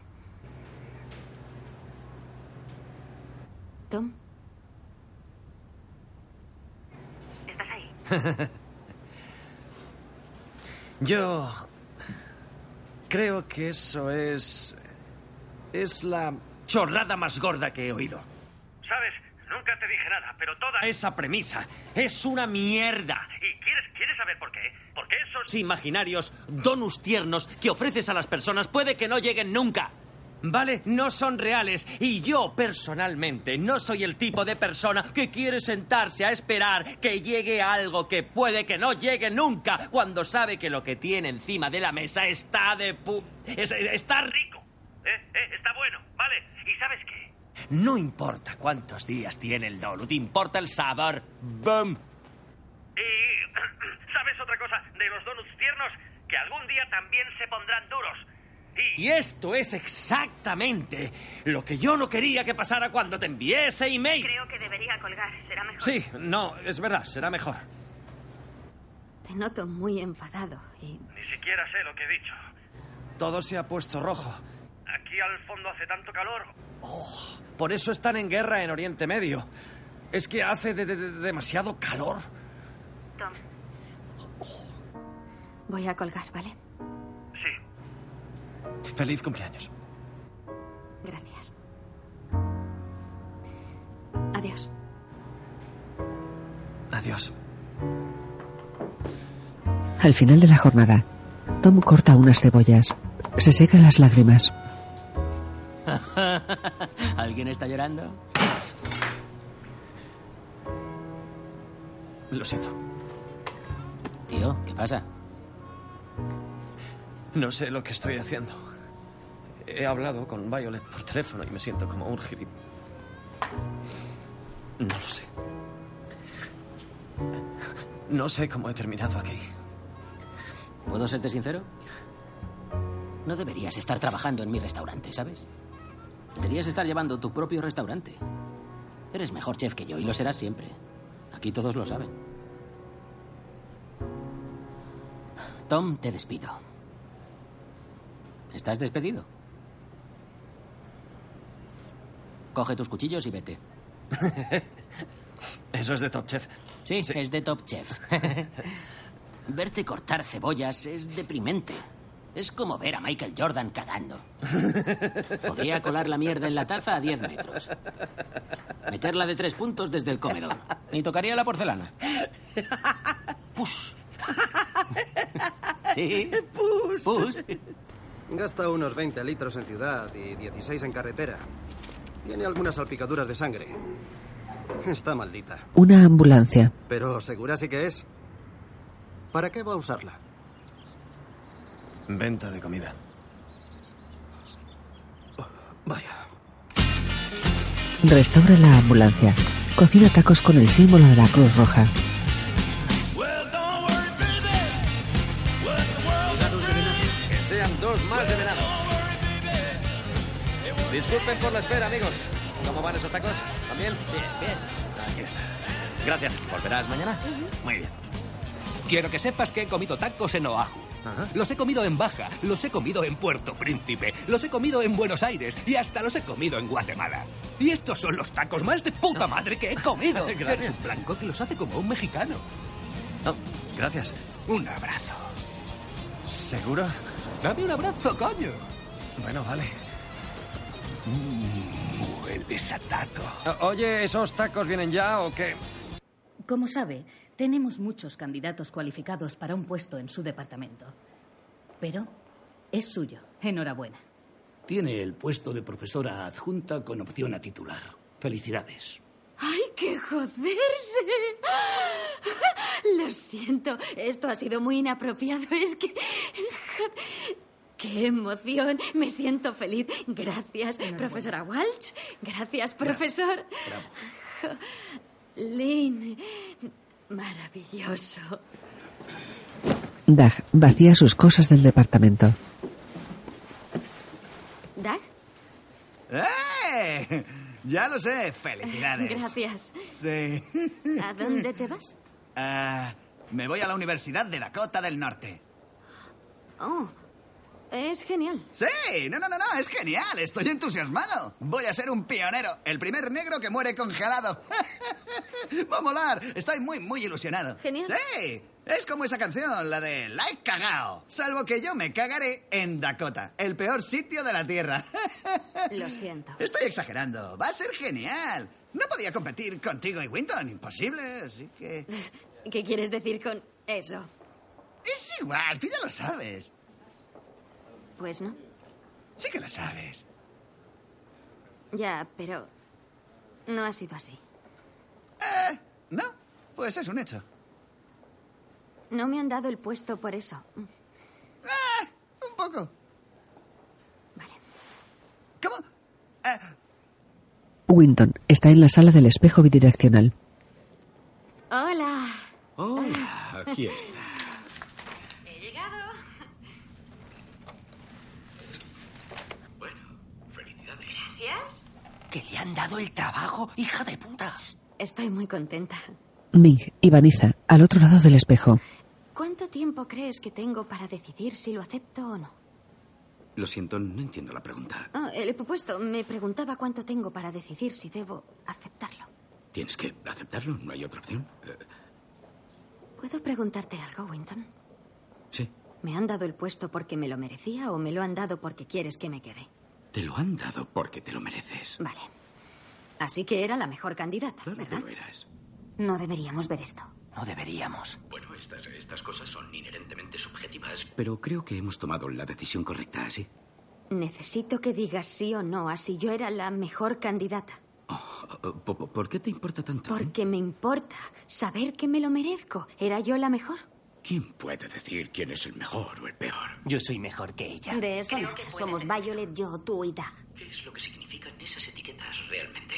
Tom,
¿Estás ahí?
Yo creo que eso es... Es la chorrada más gorda que he oído.
¿Sabes? Nunca te dije nada, pero toda...
Esa premisa es una mierda.
¿Y quieres, quieres saber por qué? Porque esos...
Los imaginarios, donus tiernos que ofreces a las personas puede que no lleguen nunca. ¿Vale? No son reales. Y yo, personalmente, no soy el tipo de persona que quiere sentarse a esperar que llegue algo que puede que no llegue nunca cuando sabe que lo que tiene encima de la mesa está de pu... es- es- está rico.
Eh, eh, está bueno, ¿vale? ¿Y sabes qué?
No importa cuántos días tiene el donut, importa el sabor. ¡Bum!
Y... ¿Sabes otra cosa de los donuts tiernos? Que algún día también se pondrán duros.
Y esto es exactamente lo que yo no quería que pasara cuando te envié ese email.
Creo que debería colgar, será mejor.
Sí, no, es verdad, será mejor.
te noto muy enfadado y
Ni siquiera sé lo que he dicho.
Todo se ha puesto rojo.
Aquí al fondo hace tanto calor.
Por eso están en guerra en Oriente Medio. Es que hace de- de- de- demasiado calor.
Tom.
voy a colgar, ¿vale?
Sí.
Feliz cumpleaños.
Gracias. Adiós.
Adiós.
Al final de la jornada, Tom corta unas cebollas. Se seca las lágrimas.
¿Alguien está llorando?
Lo siento.
Tío, ¿qué pasa?
No sé lo que estoy haciendo. He hablado con Violet por teléfono y me siento como un gilip. No lo sé. No sé cómo he terminado aquí.
¿Puedo serte sincero? No deberías estar trabajando en mi restaurante, ¿sabes? Deberías estar llevando tu propio restaurante. Eres mejor chef que yo y lo serás siempre. Aquí todos lo saben. Tom, te despido. ¿Estás despedido? Coge tus cuchillos y vete.
Eso es de Top Chef.
Sí, es de Top Chef. Verte cortar cebollas es deprimente. Es como ver a Michael Jordan cagando. Podría colar la mierda en la taza a 10 metros. Meterla de tres puntos desde el comedor. Ni tocaría la porcelana. Push. Sí.
Push. Pues
Pues
Gasta unos 20 litros en ciudad y 16 en carretera. Tiene algunas salpicaduras de sangre. Está maldita.
Una ambulancia.
Pero segura sí que es. ¿Para qué va a usarla?
Venta de comida.
Restaura la ambulancia. Cocina tacos con el símbolo de la Cruz Roja.
Que sean dos más de verano. Disculpen por la espera, amigos. ¿Cómo van esos tacos? ¿También? Bien, bien. Aquí está. Gracias. ¿Volverás mañana? Muy bien.
Quiero que sepas que he comido tacos en Oahu. Los he comido en Baja, los he comido en Puerto Príncipe, los he comido en Buenos Aires y hasta los he comido en Guatemala. Y estos son los tacos más de puta madre que he comido.
Gracias.
Eres un blanco que los hace como un mexicano.
Gracias.
Un abrazo.
¿Seguro?
Dame un abrazo, coño.
Bueno, vale.
Mm, vuelves a taco.
O- Oye, ¿esos tacos vienen ya o qué?
Como sabe, tenemos muchos candidatos cualificados para un puesto en su departamento. Pero es suyo. Enhorabuena.
Tiene el puesto de profesora adjunta con opción a titular. Felicidades.
¡Hay que joderse! Lo siento, esto ha sido muy inapropiado. Es que. ¡Qué emoción! Me siento feliz. Gracias, profesora Walsh. Gracias, profesor. Lynn. Maravilloso.
Dag vacía sus cosas del departamento.
¿Dag?
¡Eh! Ya lo sé, felicidades.
Gracias.
Sí.
¿A dónde te vas?
Ah, me voy a la Universidad de Dakota del Norte.
Oh, es genial.
Sí, no, no, no, no, es genial, estoy entusiasmado. Voy a ser un pionero, el primer negro que muere congelado. Va a molar, estoy muy, muy ilusionado.
Genial.
Sí, es como esa canción, la de Like Cagao. Salvo que yo me cagaré en Dakota, el peor sitio de la Tierra.
Lo siento.
Estoy exagerando. Va a ser genial. No podía competir contigo y Winton. Imposible, así que...
¿Qué quieres decir con eso?
Es igual, tú ya lo sabes.
Pues no.
Sí que lo sabes.
Ya, pero. No ha sido así.
Eh, no. Pues es un hecho.
No me han dado el puesto por eso.
Ah, Un poco. Vale. ¿Cómo? Eh,
Winton está en la sala del espejo bidireccional.
Hola.
Hola, aquí está.
He llegado.
Gracias.
Que le han dado el trabajo, hija de puta.
Estoy muy contenta.
Ming y Vanessa, al otro lado del espejo.
¿Cuánto tiempo crees que tengo para decidir si lo acepto o no?
Lo siento, no entiendo la pregunta.
Ah, el puesto me preguntaba cuánto tengo para decidir si debo aceptarlo.
¿Tienes que aceptarlo? ¿No hay otra opción? Eh,
¿Puedo preguntarte algo, Winton?
Sí.
¿Me han dado el puesto porque me lo merecía o me lo han dado porque quieres que me quede?
te lo han dado porque te lo mereces.
Vale. Así que era la mejor candidata, ¿verdad?
No deberíamos ver esto.
No deberíamos. Bueno, estas, estas cosas son inherentemente subjetivas. Pero creo que hemos tomado la decisión correcta, ¿sí?
Necesito que digas sí o no, así yo era la mejor candidata.
¿Por, por- por qué te importa tanto?
Porque me importa saber que me lo merezco. ¿Era yo la mejor?
¿Quién puede decir quién es el mejor o el peor?
Yo soy mejor que ella.
De eso nada. Somos Violet, yo, tú y Dag.
¿Qué es lo que significan esas etiquetas realmente?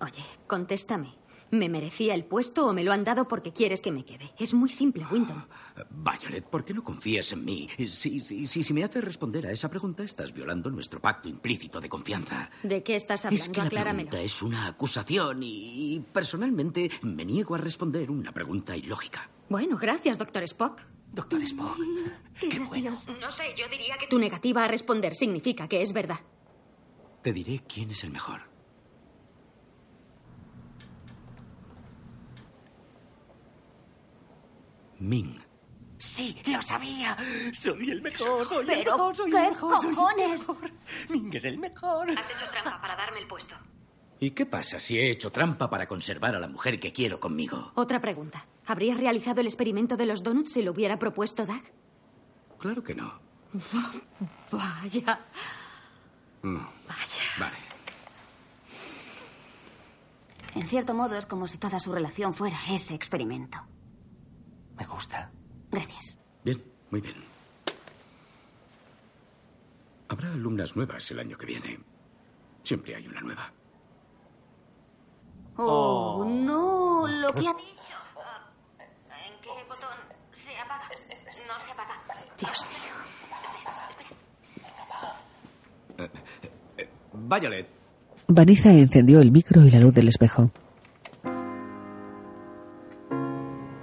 Oye, contéstame. ¿Me merecía el puesto o me lo han dado porque quieres que me quede? Es muy simple, Winton.
Violet, ¿por qué no confías en mí? Si, si, si, si me haces responder a esa pregunta, estás violando nuestro pacto implícito de confianza.
¿De qué estás hablando?
Es que la
Acláramelo.
pregunta es una acusación y, y personalmente me niego a responder una pregunta ilógica.
Bueno, gracias, doctor Spock.
Doctor Spock.
Qué,
No sé, yo diría que
Tu negativa a responder significa que es verdad.
Te diré quién es el mejor. Ming.
Sí, lo sabía. Soy el mejor, soy el
Pero,
mejor, soy
¿qué
el mejor. soy el
cojones?
mejor. Ming es el mejor.
Has hecho trampa para darme el puesto.
¿Y qué pasa si he hecho trampa para conservar a la mujer que quiero conmigo?
Otra pregunta. ¿Habrías realizado el experimento de los donuts si lo hubiera propuesto Doug?
Claro que no.
Vaya.
Vaya. Mm. Vale.
En cierto modo es como si toda su relación fuera ese experimento.
Me gusta.
Gracias.
Bien, muy bien. Habrá alumnas nuevas el año que viene. Siempre hay una nueva.
Oh, no, lo que ha...
Ah, ¿En qué botón se apaga? No se apaga.
Dios mío.
Violet,
Vanessa encendió el micro y la luz del espejo.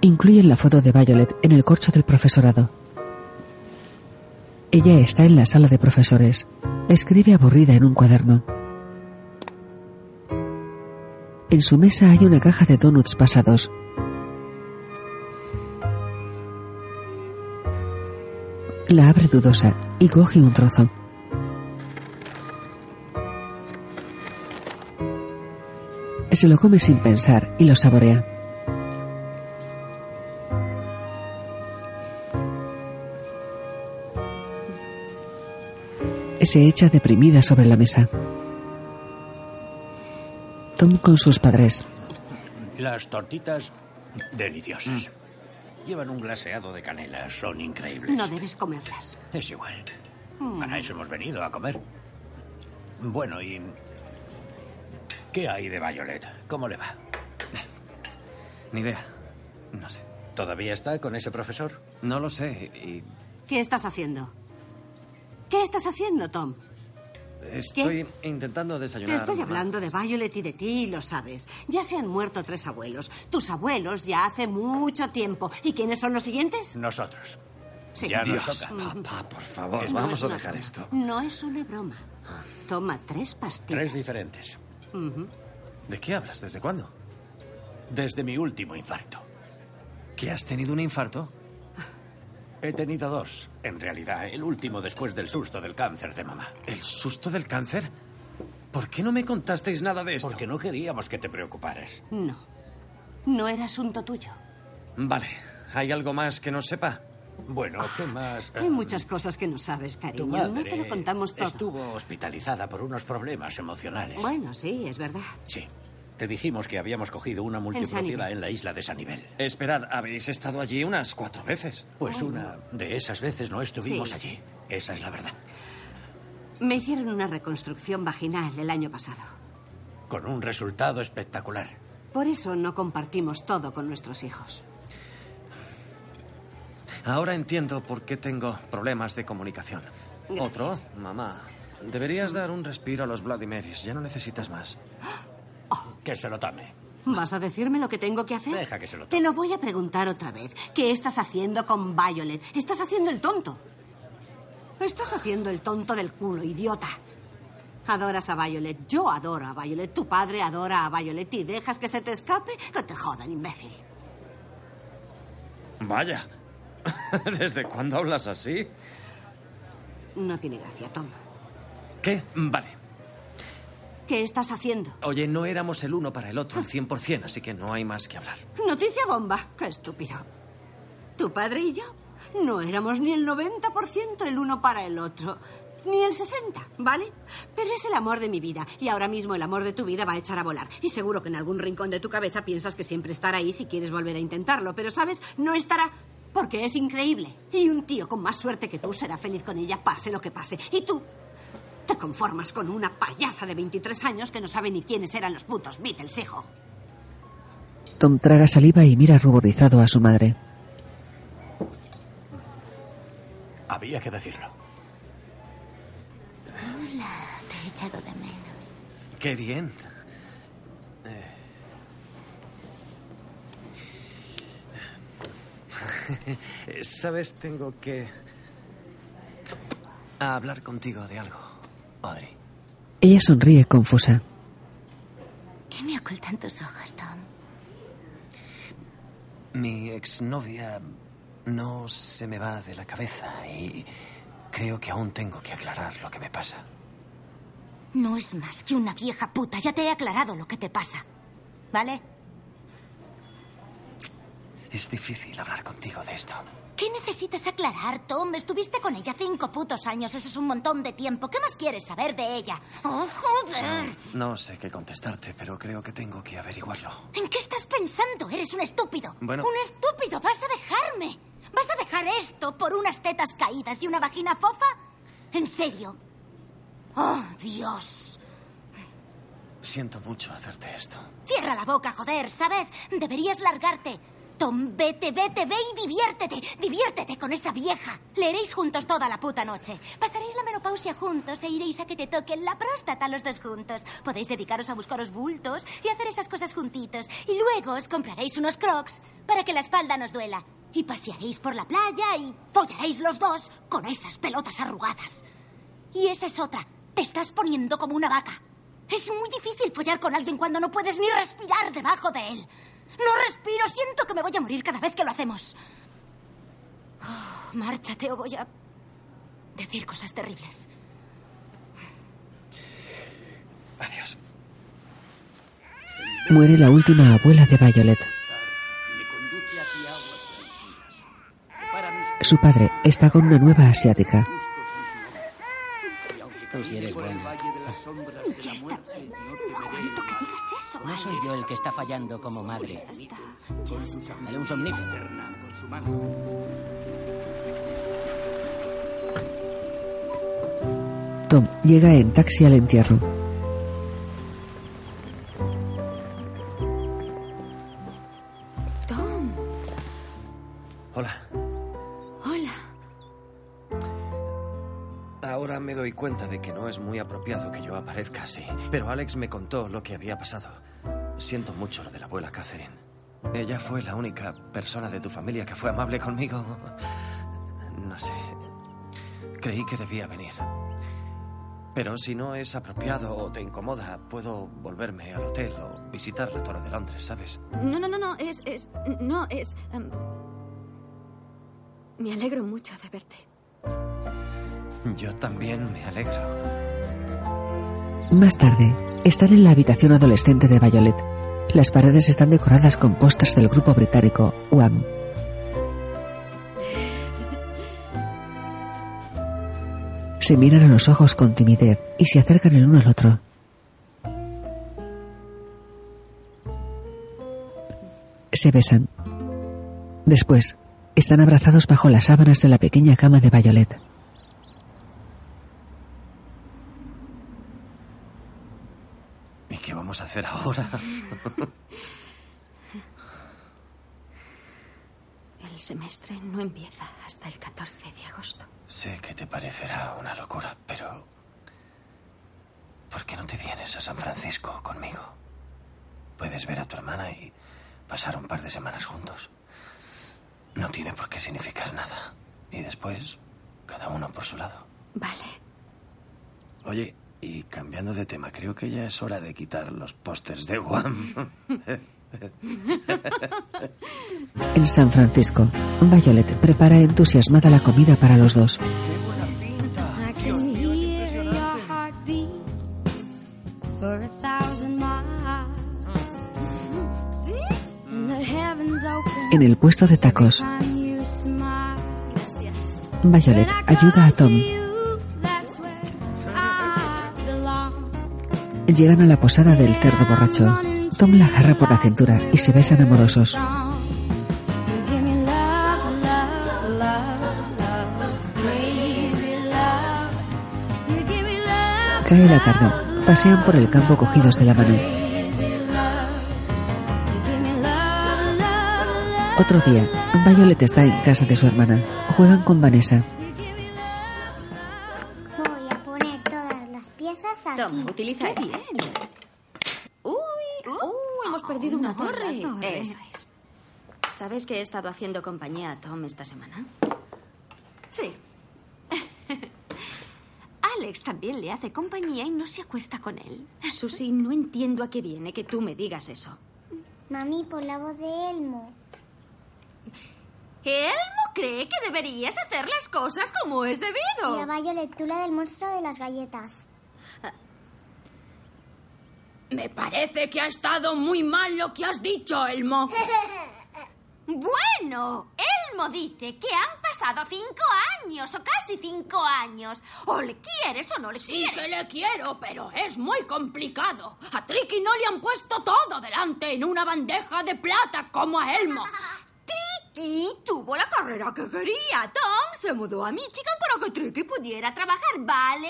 Incluyen la foto de Violet en el corcho del profesorado. Ella está en la sala de profesores. Escribe aburrida en un cuaderno. En su mesa hay una caja de donuts pasados. La abre dudosa y coge un trozo. Se lo come sin pensar y lo saborea. Se echa deprimida sobre la mesa. Tom con sus padres.
Las tortitas deliciosas. Llevan un glaseado de canela, son increíbles.
No debes comerlas.
Es igual.
Mm.
Para eso hemos venido a comer. Bueno, y. ¿Qué hay de Violet? ¿Cómo le va?
Ni idea. No sé.
¿Todavía está con ese profesor?
No lo sé. Y
¿Qué estás haciendo? ¿Qué estás haciendo, Tom?
estoy intentando desayunar.
Te estoy
¿no?
hablando de Violet y de ti, y lo sabes. Ya se han muerto tres abuelos. Tus abuelos ya hace mucho tiempo. ¿Y quiénes son los siguientes?
Nosotros.
Sí.
Ya nos
Dios,
toca.
papá,
por
favor,
No
vamos
es
a
una
dejar
broma.
esto.
No es una broma. Toma tres pastillas.
Tres diferentes.
Ujú.
¿De qué hablas? ¿Desde cuándo? Desde mi último infarto.
¿Que has tenido un infarto?
He tenido dos, en realidad. El último después del susto del cáncer de mamá.
¿El susto del cáncer? ¿Por qué no me contasteis nada de esto?
Porque no queríamos que te preocuparas.
No. No era asunto tuyo.
Vale. ¿Hay algo más que no sepa?
Bueno, ¿qué más?
Hay muchas cosas que no sabes, cariño.
Eh. Tu
no te
madre
lo contamos todo.
Estuvo hospitalizada por unos problemas emocionales.
Bueno, sí, es verdad.
Sí. Te dijimos que habíamos cogido una multipropiedad
Sanibel.
en la isla de Sanibel.
Esperad, habéis estado allí unas cuatro veces.
Pues
Bueno.
una de esas veces no estuvimos
Sí, sí.
allí. Esa es la verdad.
Me hicieron una reconstrucción vaginal el año pasado.
Con un resultado espectacular.
Por eso no compartimos todo con nuestros hijos.
Ahora entiendo por qué tengo problemas de comunicación. ¿Otro? Mamá, deberías dar un respiro a los Vladimiris. Ya no necesitas más.
Oh.
Que se lo tome.
¿Vas a decirme lo que tengo que hacer?
Deja que se lo
Te lo voy a preguntar otra vez. ¿Qué estás haciendo con Violet? Estás haciendo el tonto. Estás haciendo el tonto del culo, idiota. Adoras a Violet. Yo adoro a Violet. Tu padre adora a Violet. ¿Y dejas que se te escape? Que te jodan, imbécil.
Vaya. ¿Desde cuándo hablas así?
No tiene gracia, Tom.
¿Qué? Vale.
¿Qué estás haciendo?
Oye, no éramos el uno para el otro al 100%, así que no hay más que hablar.
Noticia bomba. Qué estúpido. Tu padre y yo no éramos ni el 90% el uno para el otro. Ni el 60, ¿vale? Pero es el amor de mi vida y ahora mismo el amor de tu vida va a echar a volar. Y seguro que en algún rincón de tu cabeza piensas que siempre estará ahí si quieres volver a intentarlo, pero sabes, no estará porque es increíble. Y un tío con más suerte que tú será feliz con ella, pase lo que pase. Y tú te conformas con una payasa de 23 años que no sabe ni quiénes eran los putos Beatles, hijo.
Tom traga saliva y mira ruborizado a su madre.
Había que decirlo.
Hola, te he echado de menos.
Qué bien. Eh. Sabes, tengo que hablar contigo de algo, Audrey.
Ella sonríe confusa.
¿Qué me ocultan tus ojos, Tom?
Mi exnovia no se me va de la cabeza y creo que aún tengo que aclarar lo que me pasa.
No es más que una vieja puta. Ya te he aclarado lo que te pasa. ¿Vale?
Es difícil hablar contigo de esto.
¿Qué necesitas aclarar, Tom? Estuviste con ella cinco putos años. Eso es un montón de tiempo. ¿Qué más quieres saber de ella? ¡Oh, joder!
No sé qué contestarte, pero creo que tengo que averiguarlo.
¿En qué estás pensando? Eres un estúpido.
Bueno.
Un estúpido. ¿Vas a dejarme? ¿Vas a dejar esto por unas tetas caídas y una vagina fofa? ¿En serio? ¡Oh, Dios!
Siento mucho hacerte esto.
Cierra la boca, joder, ¿sabes? Deberías largarte. Tom, vete, vete, ve y diviértete. Diviértete con esa vieja. Leeréis juntos toda la puta noche. Pasaréis la menopausia juntos e iréis a que te toquen la próstata los dos juntos. Podéis dedicaros a buscaros bultos y hacer esas cosas juntitos. Y luego os compraréis unos crocs para que la espalda nos duela. Y pasearéis por la playa y follaréis los dos con esas pelotas arrugadas. Y esa es otra. Te estás poniendo como una vaca. Es muy difícil follar con alguien cuando no puedes ni respirar debajo de él. No respiro, siento que me voy a morir cada vez que lo hacemos. Oh, márchate o voy a decir cosas terribles.
Adiós.
Muere la última abuela de Violet. Su padre está con una nueva asiática.
Tú sí eres buena.
Ah.
Ya está bien. No aguanto que digas eso.
No soy
Alex.
yo el que está fallando como madre.
está.
Dale un somnífero.
Tom llega en taxi al entierro.
Tom,
Hola.
hola.
Ahora me doy cuenta de que no es muy apropiado que yo aparezca así. Pero Alex me contó lo que había pasado. Siento mucho lo de la abuela Catherine. Ella fue la única persona de tu familia que fue amable conmigo. No sé. Creí que debía venir. Pero si no es apropiado o te incomoda, puedo volverme al hotel o visitar la Torre de Londres, ¿sabes?
No, no, no, no, es, es, no, es... em, me alegro mucho de verte.
Yo también me alegro.
Más tarde, están en la habitación adolescente de Violet. Las paredes están decoradas con pósters del grupo británico Wham. Se miran a los ojos con timidez y se acercan el uno al otro. Se besan. Después, están abrazados bajo las sábanas de la pequeña cama de Violet.
¿Y qué vamos a hacer ahora?
El semestre no empieza hasta el 14 de agosto.
sé que te parecerá una locura, pero... ¿Por qué no te vienes a San Francisco conmigo? Puedes ver a tu hermana y pasar un par de semanas juntos. No tiene por qué significar nada. Y después, cada uno por su lado.
Vale.
Oye, y cambiando de tema, creo que ya es hora de quitar los pósters de Guam.
En San Francisco, Violet prepara entusiasmada la comida para los dos.
I can hear Ah, your heartbeat for a thousand miles. See? And the heavens open
En el puesto de tacos,
time you smile.
Violet ayuda a Tom.
That's where I belong.
Llegan a la posada del cerdo borracho. Tom la agarra por la cintura y se besan amorosos.
You give me love, love, love, love, crazy love. You give me love,
Cae la tarde. Pasean por el campo cogidos de la mano.
crazy love. You give me love, love, love.
Otro día, Violet está en casa de su hermana. Juegan con Vanessa.
Voy a poner todas las piezas aquí.
Toma, utiliza
Qué
estas.
bien.
Uy, uh, hemos perdido una, torre.
Eso
es. ¿Sabes que he estado haciendo compañía a Tom esta semana? Sí. Alex también le hace compañía y no se acuesta con él. Susi, no entiendo a qué viene que tú me digas eso.
Mami, por la voz de Elmo.
Elmo cree que deberías hacer las cosas como es
Y a
debido.
Violet, tú la del monstruo de las galletas.
Me parece que ha estado muy mal lo que has dicho, Elmo. Bueno, Elmo dice que han pasado cinco años o casi cinco años. O le quieres o no le
Sí
quieres.
que le quiero, pero es muy complicado. A Tricky no le han puesto todo delante en una bandeja de plata como a Elmo. Tricky tuvo la carrera que quería. Tom se mudó a Michigan para que Tricky pudiera trabajar. Vale,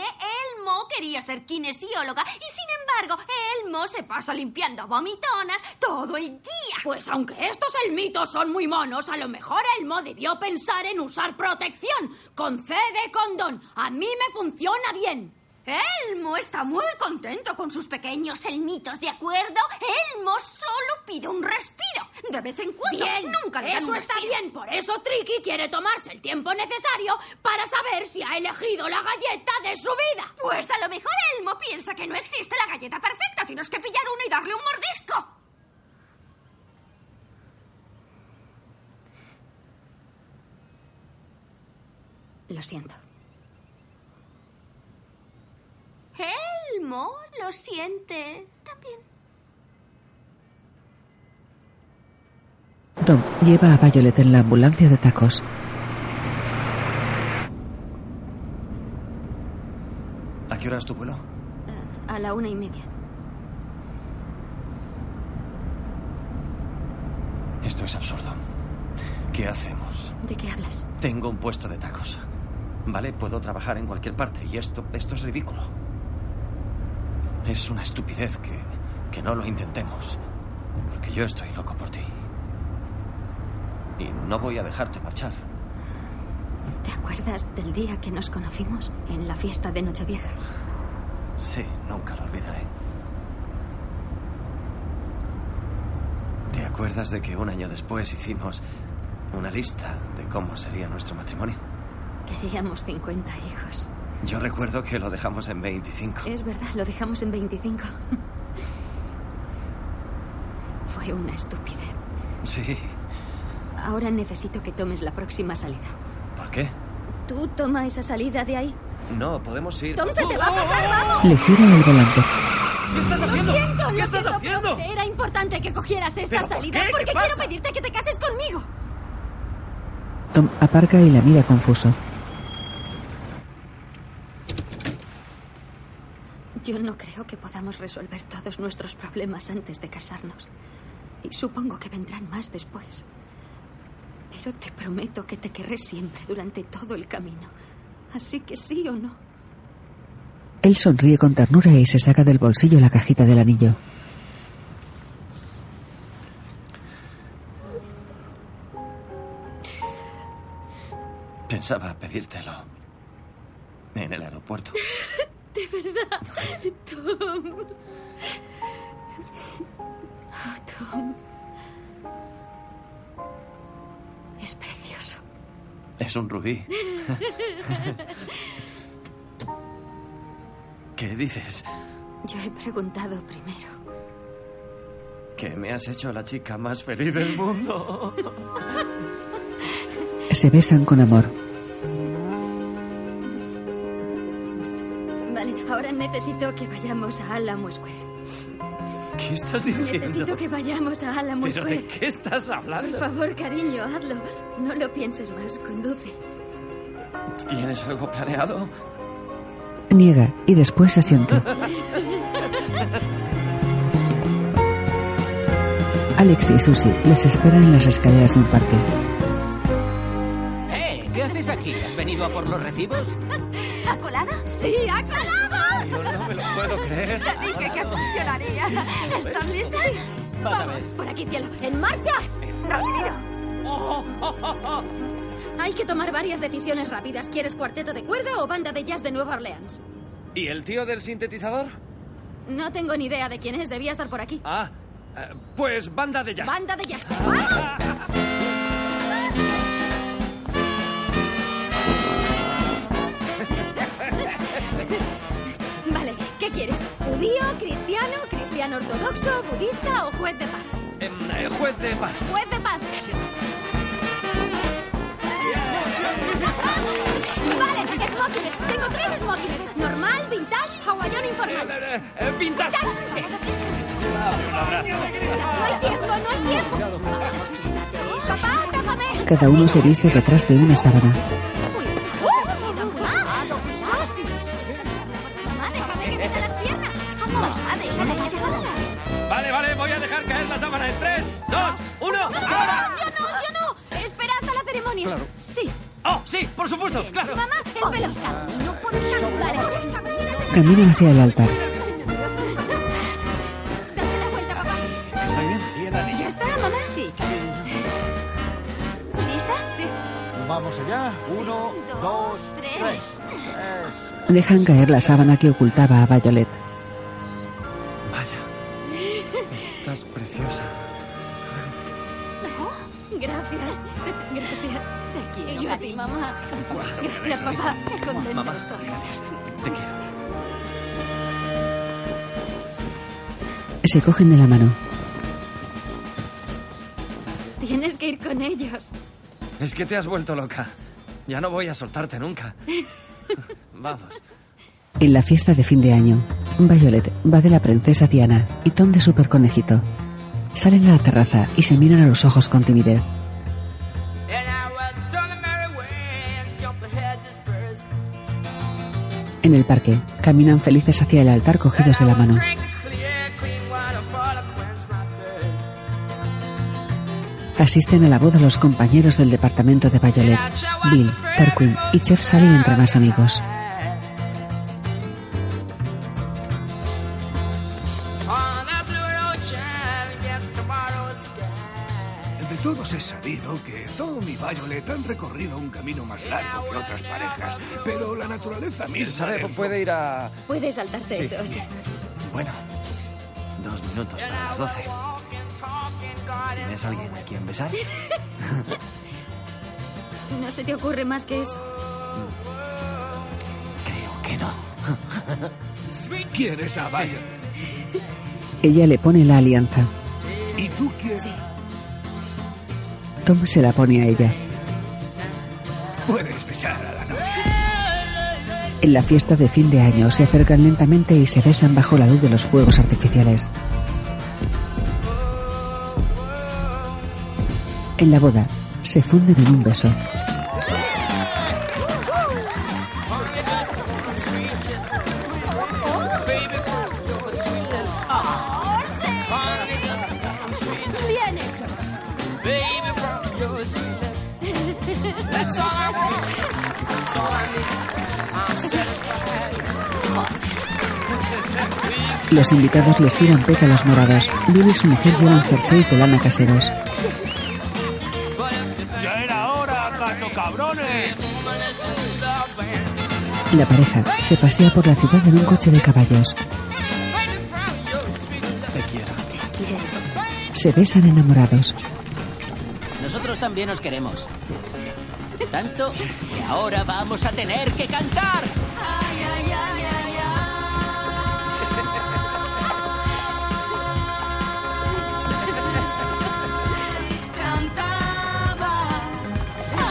Elmo quería ser kinesióloga y sin embargo, Elmo se pasa limpiando vomitonas todo el día.
Pues aunque estos elmitos son muy monos, a lo mejor Elmo debió pensar en usar protección. Concede condón. A mí me funciona bien.
Elmo está muy contento con sus pequeños elmitos, ¿de acuerdo? Elmo solo pide un respiro. De vez en cuando.
Bien,
nunca le dan
Eso
un
está
respiro.
bien, por eso Tricky quiere tomarse el tiempo necesario para saber si ha elegido la galleta de su vida.
Pues a lo mejor Elmo piensa que no existe la galleta perfecta. Tienes que pillar una y darle un mordisco.
Lo siento.
Elmo lo siente también.
Tom lleva a Violet en la ambulancia de tacos.
¿A qué hora es tu vuelo?
A la una y media.
Esto es absurdo. ¿Qué hacemos?
¿De qué hablas?
Tengo un puesto de tacos. Vale, puedo trabajar en cualquier parte y esto, esto es ridículo. Es una estupidez que, que no lo intentemos. Porque yo estoy loco por ti. Y no voy a dejarte marchar.
¿Te acuerdas del día que nos conocimos en la fiesta de Nochevieja?
Sí, nunca lo olvidaré. ¿Te acuerdas de que un año después hicimos una lista de cómo sería nuestro matrimonio?
Queríamos 50 hijos.
Yo recuerdo que lo dejamos en 25.
Es verdad, lo dejamos en 25. Fue una estupidez.
Sí.
Ahora necesito que tomes la próxima salida.
¿Por qué?
Tú toma esa salida de ahí.
No, podemos ir. Oh,
Tom, se te va a pasar, vamos.
Le gira el volante.
¿Qué estás haciendo?
Lo siento,
¿Qué
lo
estás
siento,
haciendo?
pero Era importante que cogieras esta
¿Pero por
salida
qué? ¿Qué
porque quiero
pasa?
pedirte que te cases conmigo.
Tom aparca y la mira confuso.
Yo no creo que podamos resolver todos nuestros problemas antes de casarnos. Y supongo que vendrán más después. Pero te prometo que te querré siempre durante todo el camino. Así que sí o no.
Él sonríe con ternura y se saca del bolsillo la cajita del anillo.
Pensaba pedírtelo. En el aeropuerto.
De verdad, Tom. Oh, Tom. Es precioso.
Es un rubí. ¿Qué dices?
Yo he preguntado primero.
Que me has hecho la chica más feliz del mundo.
Se besan con amor.
Vale, ahora necesito que vayamos a Alamo Square.
¿Qué estás diciendo?
Necesito que vayamos a Alamo
¿Pero
Square.
de qué estás hablando?
Por favor, cariño, hazlo. No lo pienses más, conduce.
¿Tienes algo planeado?
Niega y después se sienta. Alex y Susie les esperan en las escaleras de un parque.
¡Eh! ¿Qué haces aquí? ¿Has venido a por los recibos?
¿Ha colado?
Sí, ha colado.
Yo
no me lo puedo creer.
Te dije que funcionaría. ¿Estás lista?
Vamos, por aquí, cielo. ¡En marcha! Hay que tomar varias decisiones rápidas. ¿Quieres cuarteto de cuerda o banda de jazz de Nueva Orleans?
¿Y el tío del sintetizador?
No tengo ni idea de quién es. Debía estar por aquí.
Ah, eh, pues banda de jazz.
Banda de jazz. Vale, ¿qué quieres? ¿Judío, cristiano, cristiano ortodoxo, budista o juez de paz?
Em, eh, juez de paz.
Juez de paz. Vale, smokings. Tengo tres smokings. Normal, vintage, hawaiano informal.
vintage.
Sí. No hay tiempo, no hay tiempo. Papá, tápame.
Cada uno se viste detrás de una sábana.
¡Uh! ¡Cuidado! ¡Sosis! Mamá, déjame que meta las piernas. Vamos, a déjala que sola.
Vale, vale, voy a dejar caer la sábana en 3, 2, 1,
¡No, yo no, yo no! ¡Espera!
demonios!
Claro.
Sí.
¡Oh, sí! ¡Por supuesto! ¡Claro!
¡Mamá, el pelo! Oh. Ah, ¡No por
Caminan hacia el altar.
¿Estoy bien? ¿Y el anillo?
¿Ya está, mamá? Sí, ¿Lista? Sí.
Vamos allá. Uno, dos, tres.
Dejan caer la sábana que ocultaba a Violet.
Estás preciosa.
Oh, Gracias. Gracias. Te quiero. Y yo a ti, mamá. Gracias, papá. Qué contentos
Mamá,
todos.
gracias. Te quiero.
Se cogen de la mano.
Tienes que ir con ellos.
Es que te has vuelto loca. Ya no voy a soltarte nunca. Vamos.
En la fiesta de fin de año, Violet va de la princesa Diana y Tom de Super Conejito. Salen a la terraza y se miran a los ojos con timidez. En el parque, caminan felices hacia el altar cogidos de la mano. Asisten a la boda los compañeros del departamento de Violet. Bill, Tarquin y Chef salen entre más amigos.
De todos es sabido que Tom y Violet han recorrido un camino más largo que otras parejas, pero la naturaleza misma...
Sabe, puede ir a...
Puedes saltarse
Sí.
esos.
Bueno, dos minutos para las doce. ¿Tienes alguien a quien besar?
No se te ocurre más que eso.
¿Quieres a Violet?
Ella le pone la alianza.
¿Y tú quieres?
Tom se la pone a ella.
Puedes besar a la noche.
En la fiesta de fin de año se acercan lentamente y se besan bajo la luz de los fuegos artificiales. En la boda se funden en un beso.
Bien hecho.
Los invitados les tiran pétalos morados. Bill y su mujer llevan jerseys de lana caseros.
¡Ya era hora, cacho cabrones!
La pareja se pasea por la ciudad en un coche de caballos.
Te quiero.
Se besan enamorados.
Nosotros también os queremos. Tanto que ahora vamos a tener que cantar.
Cantaba.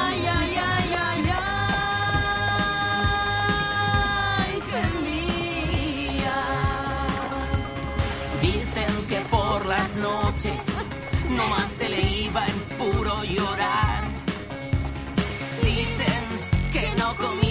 Ay, ay, ay, ay, ay. Que mía.
Dicen que por las noches no más se le iba en puro llorar. Dicen que no comía.